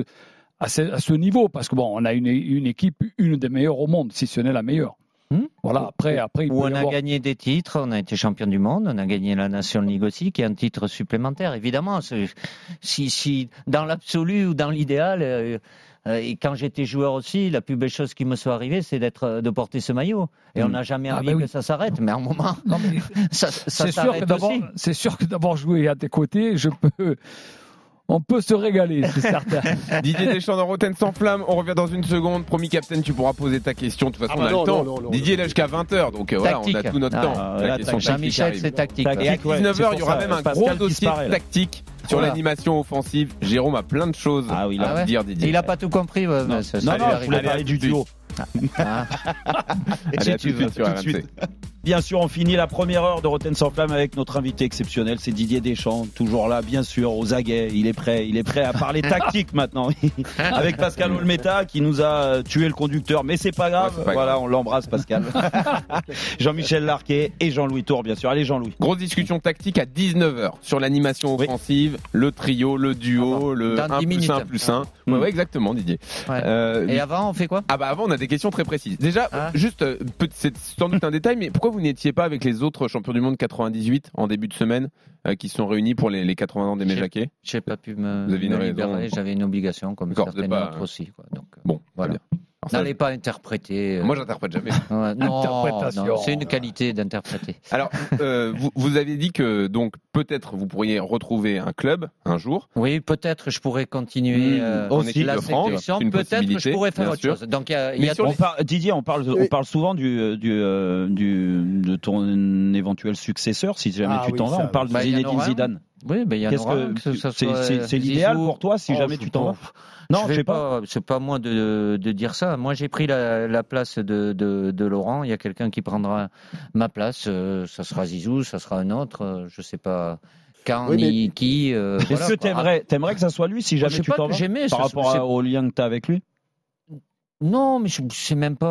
à, ce, à ce niveau, parce que bon, on a une, une équipe, une des meilleures au monde, si ce n'est la meilleure. Hmm. Voilà, après, après il Où peut y on a avoir- gagné des titres, on a été champion du monde, on a gagné la Nation League aussi, qui est un titre supplémentaire. Évidemment, c'est- si, si dans l'absolu ou dans l'idéal, euh, euh, et quand j'étais joueur aussi, la plus belle chose qui me soit arrivée, c'est d'être, euh, de porter ce maillot. Et on Mm. n'a jamais Ah, envie bah ben oui. que ça s'arrête, mais à un moment, <laughs> Non, <laughs> mais ça, ça c'est sûr que s'arrête d'avoir- aussi. c'est sûr que d'avoir joué à tes côtés, je peux, on peut se régaler, <laughs> c'est certain. Didier Deschamps dans Rotten sans flamme, on revient dans une seconde. Promis Captain, tu pourras poser ta question, de toute façon Ah bah on a non, le temps. non, non, non, Didier non. là jusqu'à 20h donc euh, voilà, on a Tactique. tout notre Ah, temps. euh, La là, question tactique Jean-Michel, arrive. c'est tactique. Tactique, Et à ouais, 19h, c'est il y pour ça, aura même euh, un Pascal gros qui se dossier paraît, là. tactique sur Voilà. l'animation offensive. Jérôme a plein de choses Ah oui, Ah là. à ouais. dire, Didier. Il n'a pas tout compris. ouais, Non, mais ça- non, ça lui non, je arrive. voulais Allez, à parler tout du de suite. duo. <laughs> Ah. Allez, Si à tu tout veux, de suite sur tout de suite. RMC. Bien sûr, on finit la première heure de Rotten sans flamme avec notre invité exceptionnel, c'est Didier Deschamps, toujours là, bien sûr, aux aguets. Il est prêt, il est prêt à <laughs> parler tactique maintenant, avec Pascal Olmeta qui nous a euh, tué le conducteur, mais c'est pas grave. Ouais, c'est pas voilà, grave. on l'embrasse, <laughs> Pascal. Jean-Michel Larquet et Jean-Louis Tour, bien sûr. Allez, Jean-Louis. Grosse discussion tactique à 19h sur l'animation Oui. Ah offensive, le trio, le duo, le Dans 1 dix plus minutes. 1 plus 1. Mm. Ouais, ouais, exactement, Didier. Ouais. Euh, Et avant, on fait quoi ah bah avant on a des questions très précises. Déjà, Ah. juste, euh, peut- c'est sans doute un détail, mais pourquoi vous n'étiez pas avec les autres champions du monde 98 en début de semaine euh, qui se sont réunis pour les, les 80 ans des J'ai- Méjaquets J'ai pas pu me, Vous aviez une me raison. libérer, j'avais une obligation, comme D'accord, vous certaines êtes pas- autres aussi. quoi. Donc, euh, Bon, très Voilà. bien. Alors ça, N'allez pas interpréter. euh, Moi j'interprète jamais. ouais, non, Interprétation. non, c'est une qualité d'interpréter. Alors, euh, vous, vous avez dit que donc peut-être vous pourriez retrouver un club un jour. Oui, peut-être je pourrais continuer Mmh, euh, aussi, la Hmm, de France, sélection. c'est une Peut-être je possibilité, pourrais faire bien autre sûr. chose. Donc il y a, il y Mais a sur On par- Didier, on parle, on Oui. parle souvent du, du, euh, du- de ton éventuel successeur, si jamais Ah tu oui, t'en vas. ça, On parle de Bah, il y en Zinedine aura un. Zidane. Oui, mais il y en Qu'est-ce aura un, que que ce soit, c'est- c'est- c'est euh, l'idéal Zizou. pour toi si Oh, jamais je tu t'en pense- vas Non, je je vais sais pas. pas. C'est pas à moi de, de dire ça. Moi, j'ai pris la, la place de, de, de Laurent. Il y a quelqu'un qui prendra ma place. euh, ça sera Zizou, ça sera un autre. euh, je sais pas quand Oui, mais- ni qui. euh, Est-ce voilà, que quoi. t'aimerais, t'aimerais que ça soit lui si Je jamais sais tu pas t'en que vas j'aimais. Par ça- rapport c'est- à- au lien que t'as avec lui Non, mais je sais même pas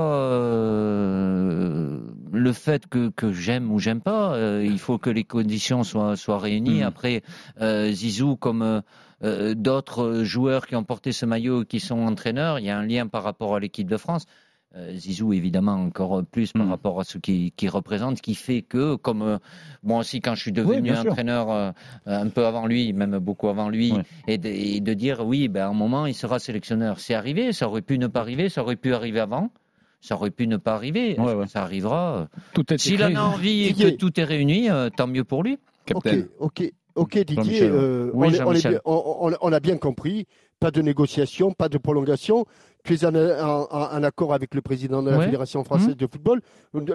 euh, le fait que, que j'aime ou j'aime pas. euh, il faut que les conditions soient, soient réunies. Mhm. Après, euh, Zizou, comme euh, euh, d'autres joueurs qui ont porté ce maillot, et qui sont entraîneurs, il y a un lien par rapport à l'équipe de France. Euh, Zizou, évidemment, encore plus par Mhm. rapport à ce qu'il qui représente, qui fait que, comme euh, moi aussi, quand je suis devenu Oui, bien sûr. entraîneur euh, un peu avant lui, même beaucoup avant lui, Ouais. et, de, et de dire oui, ben, à un moment, il sera sélectionneur. C'est arrivé, ça aurait pu ne pas arriver, ça aurait pu arriver avant. ça aurait pu ne pas arriver. Est-ce Ouais, que ouais. Ça arrivera. euh. Tout est S'il écrit. en a envie et que Didier. tout est réuni, euh, tant mieux pour lui. Ok, Captain. ok, ok, Didier, Jean-Michel. euh, hein. Oui, on, est- on est Jean-Michel. bien- on- on- on a bien compris. Pas de négociation, pas de prolongation. Tu es en, en- en accord avec le président de la Ouais. Mmh. Fédération française de football.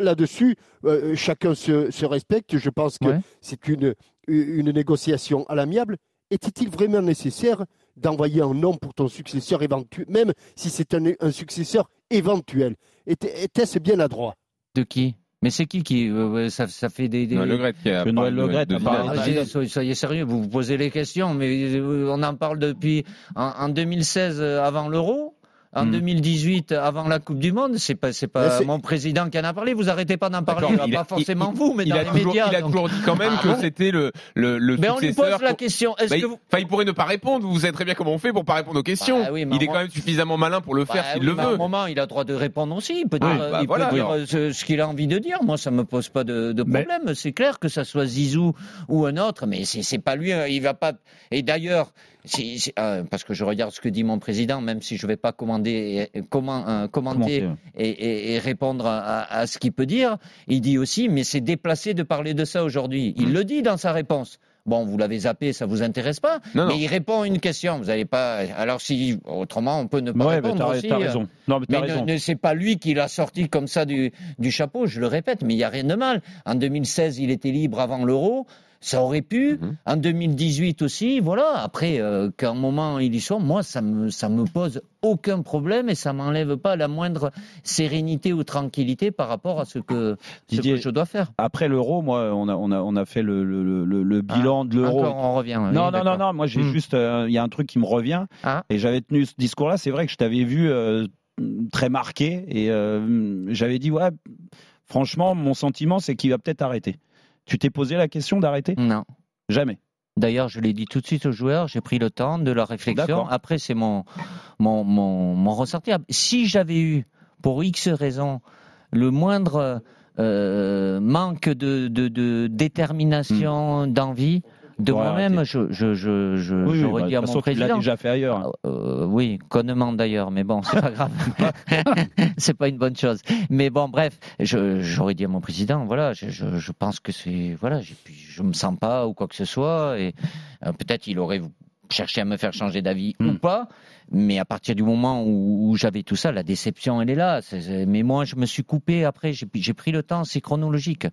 Là-dessus, euh, chacun se, se respecte. Je pense que Ouais. c'est une, une négociation à l'amiable. Était-il vraiment nécessaire d'envoyer un nom pour ton successeur éventuel, même si c'est un, un successeur éventuel Était- Était-ce bien adroit De qui Mais c'est qui qui euh, ouais, ça, ça fait des. des- Noël Le Graët qui a Que parlé Noël de- Le Graët bah, de a Zidane. parlé. Ah, Par j'ai- exemple. soyez, soyez sérieux, vous vous posez les questions, mais euh, on en parle depuis en, en 2016 euh, avant l'euro. En Hmm. 2018, avant la Coupe du Monde, c'est pas, c'est Mais pas c'est- mon président qui en a parlé. Vous arrêtez pas d'en parler, D'accord, il pas a- forcément il- vous, mais il Ah dans a les toujours, médias. il a donc. toujours dit quand même Ah que bon c'était le, le, le Mais on lui pose successeur. la qu'on- question. Est-ce Bah, que il, vous... enfin, il pourrait ne pas répondre. Vous savez très bien comment on fait pour pas répondre aux questions. Bah oui, mais il est moi- quand même suffisamment malin pour le faire Bah s'il oui, le mais À un veut. moment, il a le droit de répondre aussi. Il peut Oui, dire, bah il peut voilà, dire, alors. euh, ce, ce qu'il a envie de dire. Moi, ça me pose pas de, de Mais- problème. C'est clair que ça soit Zizou ou un autre, mais c'est c'est pas lui. euh, Il va pas. Et d'ailleurs, si- si- euh, parce que je regarde ce que dit mon président, même si je vais pas commander, euh, comment, euh, commenter Commenter, ouais. et, et- et répondre à, à- à ce qu'il peut dire, il dit aussi, mais c'est déplacé de parler de ça aujourd'hui. Il le dit dans sa réponse. Bon, vous l'avez zappé, ça vous intéresse pas. Non, mais non. il répond à une question. Vous n'allez pas. Alors si autrement, on peut ne pas Ouais, mais répondre t'as aussi, t'as euh, raison. Non, mais t'as mais ne, raison. ne- c'est pas lui qui l'a sorti comme ça du, du chapeau, je le répète, mais il n'y a rien de mal. En 2016, il était libre avant l'euro, ça aurait pu. Mhm. En 2018 aussi, voilà. Après, euh, qu'à un moment il y soit, moi, ça me, ça me pose aucun problème et ça m'enlève pas la moindre sérénité ou tranquillité par rapport à ce que, ce Didier, que je dois faire. Après l'euro, moi, on a, on, a, on a fait le, le- le- le- le bilan de l'euro. Encore, on revient. hein. oui, Non, non, non, d'accord. non, moi j'ai Hmm. juste, euh, il y a un truc qui me revient, Ah. et j'avais tenu ce discours-là, c'est vrai que je t'avais vu euh, très marqué, et euh, j'avais dit, ouais, franchement, mon sentiment, c'est qu'il va peut-être arrêter. Tu t'es posé la question d'arrêter Non. Jamais. D'ailleurs, je l'ai dit tout de suite aux joueurs, j'ai pris le temps de la réflexion. D'accord. Après, c'est mon, mon, mon, mon ressenti. Ah, Si j'avais eu, pour X raisons, le moindre euh, manque de, de, de Hmm. détermination, d'envie, de T'aurais moi-même, arrêté. je, je, je, je, j'aurais bah, dit à de toute mon façon, tu l'as président. déjà fait ailleurs. hein. Euh, oui, connement d'ailleurs, mais bon, c'est pas grave. <laughs> c'est pas une bonne chose. Mais bon, bref, je- j'aurais dit à mon président, voilà, je, je- je pense que c'est, voilà, j'ai pu- je me sens pas ou quoi que ce soit, et euh, peut-être il aurait cherché à me faire changer d'avis ou Hmm. pas, mais à partir du moment où, où j'avais tout ça, la déception, elle est là. C'est- c'est- mais moi, je me suis coupé après, j'ai j'ai pris le temps, c'est chronologique.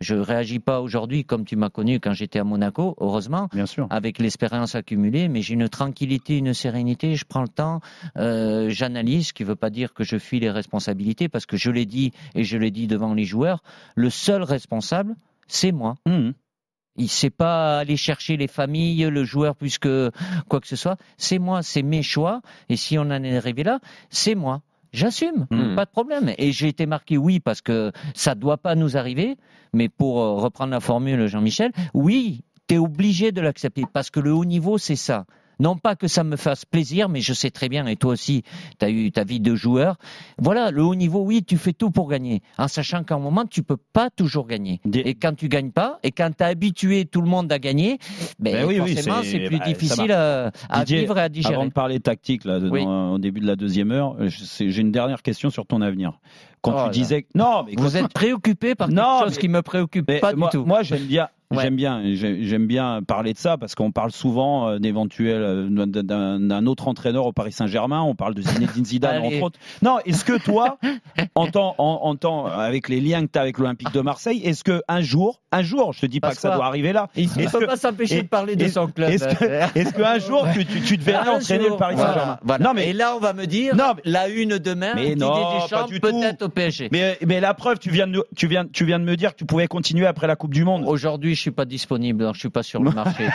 Je réagis pas aujourd'hui comme tu m'as connu quand j'étais à Monaco, heureusement Bien sûr. avec l'espérance accumulée, mais j'ai une tranquillité, une sérénité, je prends le temps, euh, j'analyse, ce qui ne veut pas dire que je fuis les responsabilités, parce que je l'ai dit, et je l'ai dit devant les joueurs, le seul responsable, c'est moi. Hmm. Il ne sait pas aller chercher les familles, le joueur, plus que quoi que ce soit. C'est moi, c'est mes choix. Et si on en est arrivé là, c'est moi. J'assume, Mhm. pas de problème. Et j'ai été marqué oui parce que ça ne doit pas nous arriver. Mais pour euh, reprendre la formule, Jean-Michel, oui, tu es obligé de l'accepter parce que le haut niveau, c'est ça. Non pas que ça me fasse plaisir, mais je sais très bien, et toi aussi, tu as eu ta vie de joueur. Voilà, le haut niveau, oui, tu fais tout pour gagner, en sachant qu'à un moment, tu peux pas toujours gagner. Des- Et quand tu gagnes pas, et quand tu as habitué tout le monde à gagner, ben, Ben oui, oui, forcément, c'est- c'est plus bah, ça difficile à, à Didier, vivre et à digérer. Avant de parler tactique là, de- Oui. dans- au début de la deuxième heure, je sais- j'ai une dernière question sur ton avenir. Quand Oh là. tu disais que- non, mais quand- Vous êtes préoccupé par quelque Non, chose mais- qui me préoccupe mais pas moi, du tout. moi, j'aime bien, Ouais. j'aime bien, j'ai- j'aime bien parler de ça parce qu'on parle souvent euh, d'éventuel euh, d'un- d'un d'un autre entraîneur au Paris Saint-Germain. On parle de Zinedine Zidane Allez. entre autres. Non, est-ce que <laughs> toi, en temps, en, en temps, avec les liens que tu as avec l'Olympique de Marseille, est-ce que un jour, un jour, je te dis pas Parce que ça quoi doit arriver là, il ne est-ce peut que- pas s'empêcher et- de parler de est- son club. est-ce <laughs> que- est-ce qu'un jour tu, tu, tu te verrais Un entraîner jour, le Paris voilà, Saint-Germain voilà. Non, mais Et là, on va me dire Non, mais- la une demain, Mais Didier non, Deschamps pas du peut-être au PSG. Mais, mais la preuve, tu viens, de, nous- tu, viens, tu viens de me dire que tu pouvais continuer après la Coupe du Monde. Aujourd'hui, je ne suis pas disponible, donc je ne suis pas sur <laughs> le marché.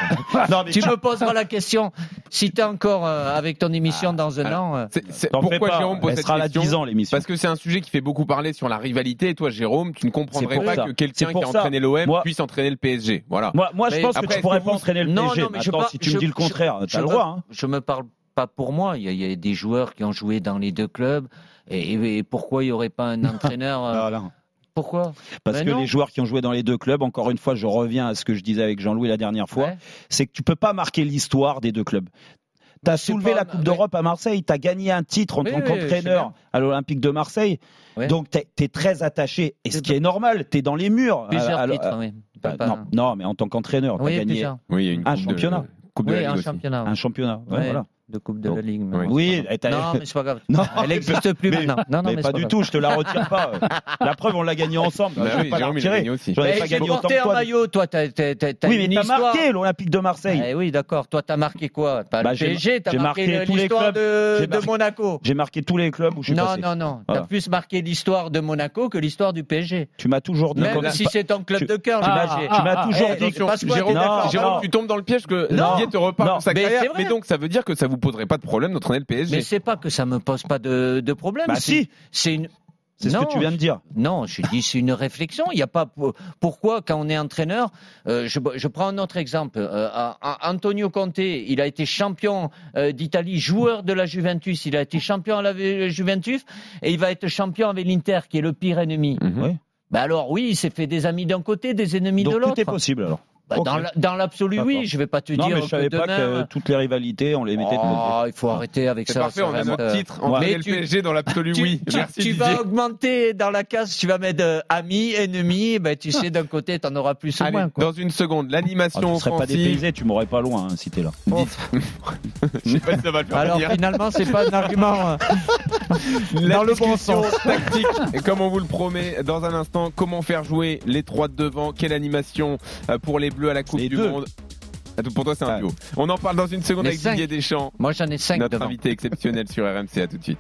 Non, mais tu me poseras la question si tu es encore euh, avec ton Ah, émission dans un alors, an. euh, C'est- c'est- t'en fais pourquoi pas. Jérôme pose Elle cette sera là question 10 ans, l'émission. Parce que c'est un sujet qui fait beaucoup parler sur la rivalité. Et toi, Jérôme, tu ne comprendrais pour pas ça. que C'est quelqu'un qui pour a ça. entraîné l'OM Moi- puisse entraîner le PSG. Voilà. Moi, moi je Mais pense après, que est-ce tu pourrais que pas vous- entraîner le Non, PSG. non, mais je Attends, par- si tu je- me dis le je- contraire, je t'as le me- droit. hein. Je me parle pas pour moi. Il y, a, il y a des joueurs qui ont joué dans les deux clubs. Et, et pourquoi il n'y aurait pas <laughs> un entraîneur euh, Ah. Pourquoi Parce Mais que non. les joueurs qui ont joué dans les deux clubs, encore une fois, je reviens à ce que je disais avec Jean-Louis la dernière fois, Ouais. c'est que tu peux pas marquer l'histoire des deux clubs. T'as c'est soulevé pas- la Coupe mais- d'Europe à Marseille, t'as gagné un titre en Oui, tant oui, qu'entraîneur à l'Olympique de Marseille. Oui. Donc t'es es très attaché. Et ce qui est normal, t'es dans les murs. Plusieurs Alors, titres, euh, oui. bah, Pas- non, non, mais en tant qu'entraîneur, t'as oui, gagné plusieurs. Oui, il y a une Un coupe championnat. De, coupe de Oui, la un Ligue aussi. championnat. un championnat. Ah, Ouais, Ouais, voilà. De Coupe de Donc, la Ligue. mais oui. bon, Oui, c'est et t'as- pas grave. Non, mais c'est pas grave. <laughs> Non, Elle n'existe plus mais- maintenant. Non, non, mais mais pas c'est du grave. tout, je te la retire pas. La preuve, on l'a gagné ensemble. Bah je vais oui, pas la Jérôme, il a retirer. gagné aussi. J'en ai Mais pas il gagné faut autant que porter un toi. maillot, toi, t'as, t'as, t'as, t'as Oui, une mais t'as histoire. marqué l'Olympique de Marseille. Eh oui, d'accord. Toi, t'as marqué quoi Pas Bah, le j'ai- PSG, t'as j'ai marqué, marqué le- tous les l'histoire de, J'ai de marqué- Monaco. J'ai marqué tous les clubs où je suis Non, passé. non, non. Voilà. T'as plus marqué l'histoire de Monaco que l'histoire du PSG. Tu m'as toujours dit qu'on Même est si pas- c'est ton club tu- Ah, de cœur, tu le m'as- PSG. tu m'as toujours eh, dit que- c'est pas ce Attention, quoi, Jérôme, t'es Jérôme, fort. Jérôme, Non. tu tombes dans le piège que Non. Didier te reparle Non. de sa Mais carrière. c'est vrai. Mais donc, ça veut dire que ça vous poserait pas de problème d'entraîner le Mais PSG. c'est pas que ça me pose pas de, de problème. Bah c'est- si. C'est une. C'est ce non, que tu viens de dire. Non, je dis c'est une réflexion. Il n'y a pas pour- pourquoi quand on est entraîneur. euh, je, je prends un autre exemple. Euh, à- à Antonio Conte, il a été champion euh, d'Italie, joueur de la Juventus. Il a été champion à la Ve- Juventus et il va être champion avec l'Inter, qui est le pire ennemi. Mhm. Oui. Bah alors oui, il s'est fait des amis d'un côté, des ennemis de Donc tout est l'autre. possible alors. Bah, Ok. dans la- Dans l'absolu, oui. D'accord. Je vais pas te Non, dire mais je que savais pas demain, que euh, toutes les rivalités, on les mettait de côté. Oh, il faut arrêter avec C'est ça. parfait, ça on a reste, notre euh, titre. Entraîner mais le tu- PSG dans l'absolu, tu, oui. tu- Merci tu Didier. vas augmenter dans la case, tu vas mettre euh, ami, ennemi, ben, tu sais, d'un côté, t'en auras plus ou Ah. Allez, moins. quoi. dans une seconde, Ah, l'animation tu serais pas offensive. dépaysé, tu m'aurais pas loin hein, si t'es là. Je sais pas si ça va le faire Alors venir. finalement, c'est pas un argument. euh, La Dans le bon discussion sens. tactique. <laughs> Et comme on vous le promet, dans un instant, comment faire jouer les trois de devant Quelle animation euh, pour les Bleus à la Coupe Les du deux. Monde Ah, donc Pour toi, c'est un Ah. duo. On en parle dans une seconde Les avec cinq. Didier Deschamps, Moi, j'en ai cinq notre devant. invité exceptionnel sur RMC. À tout de suite.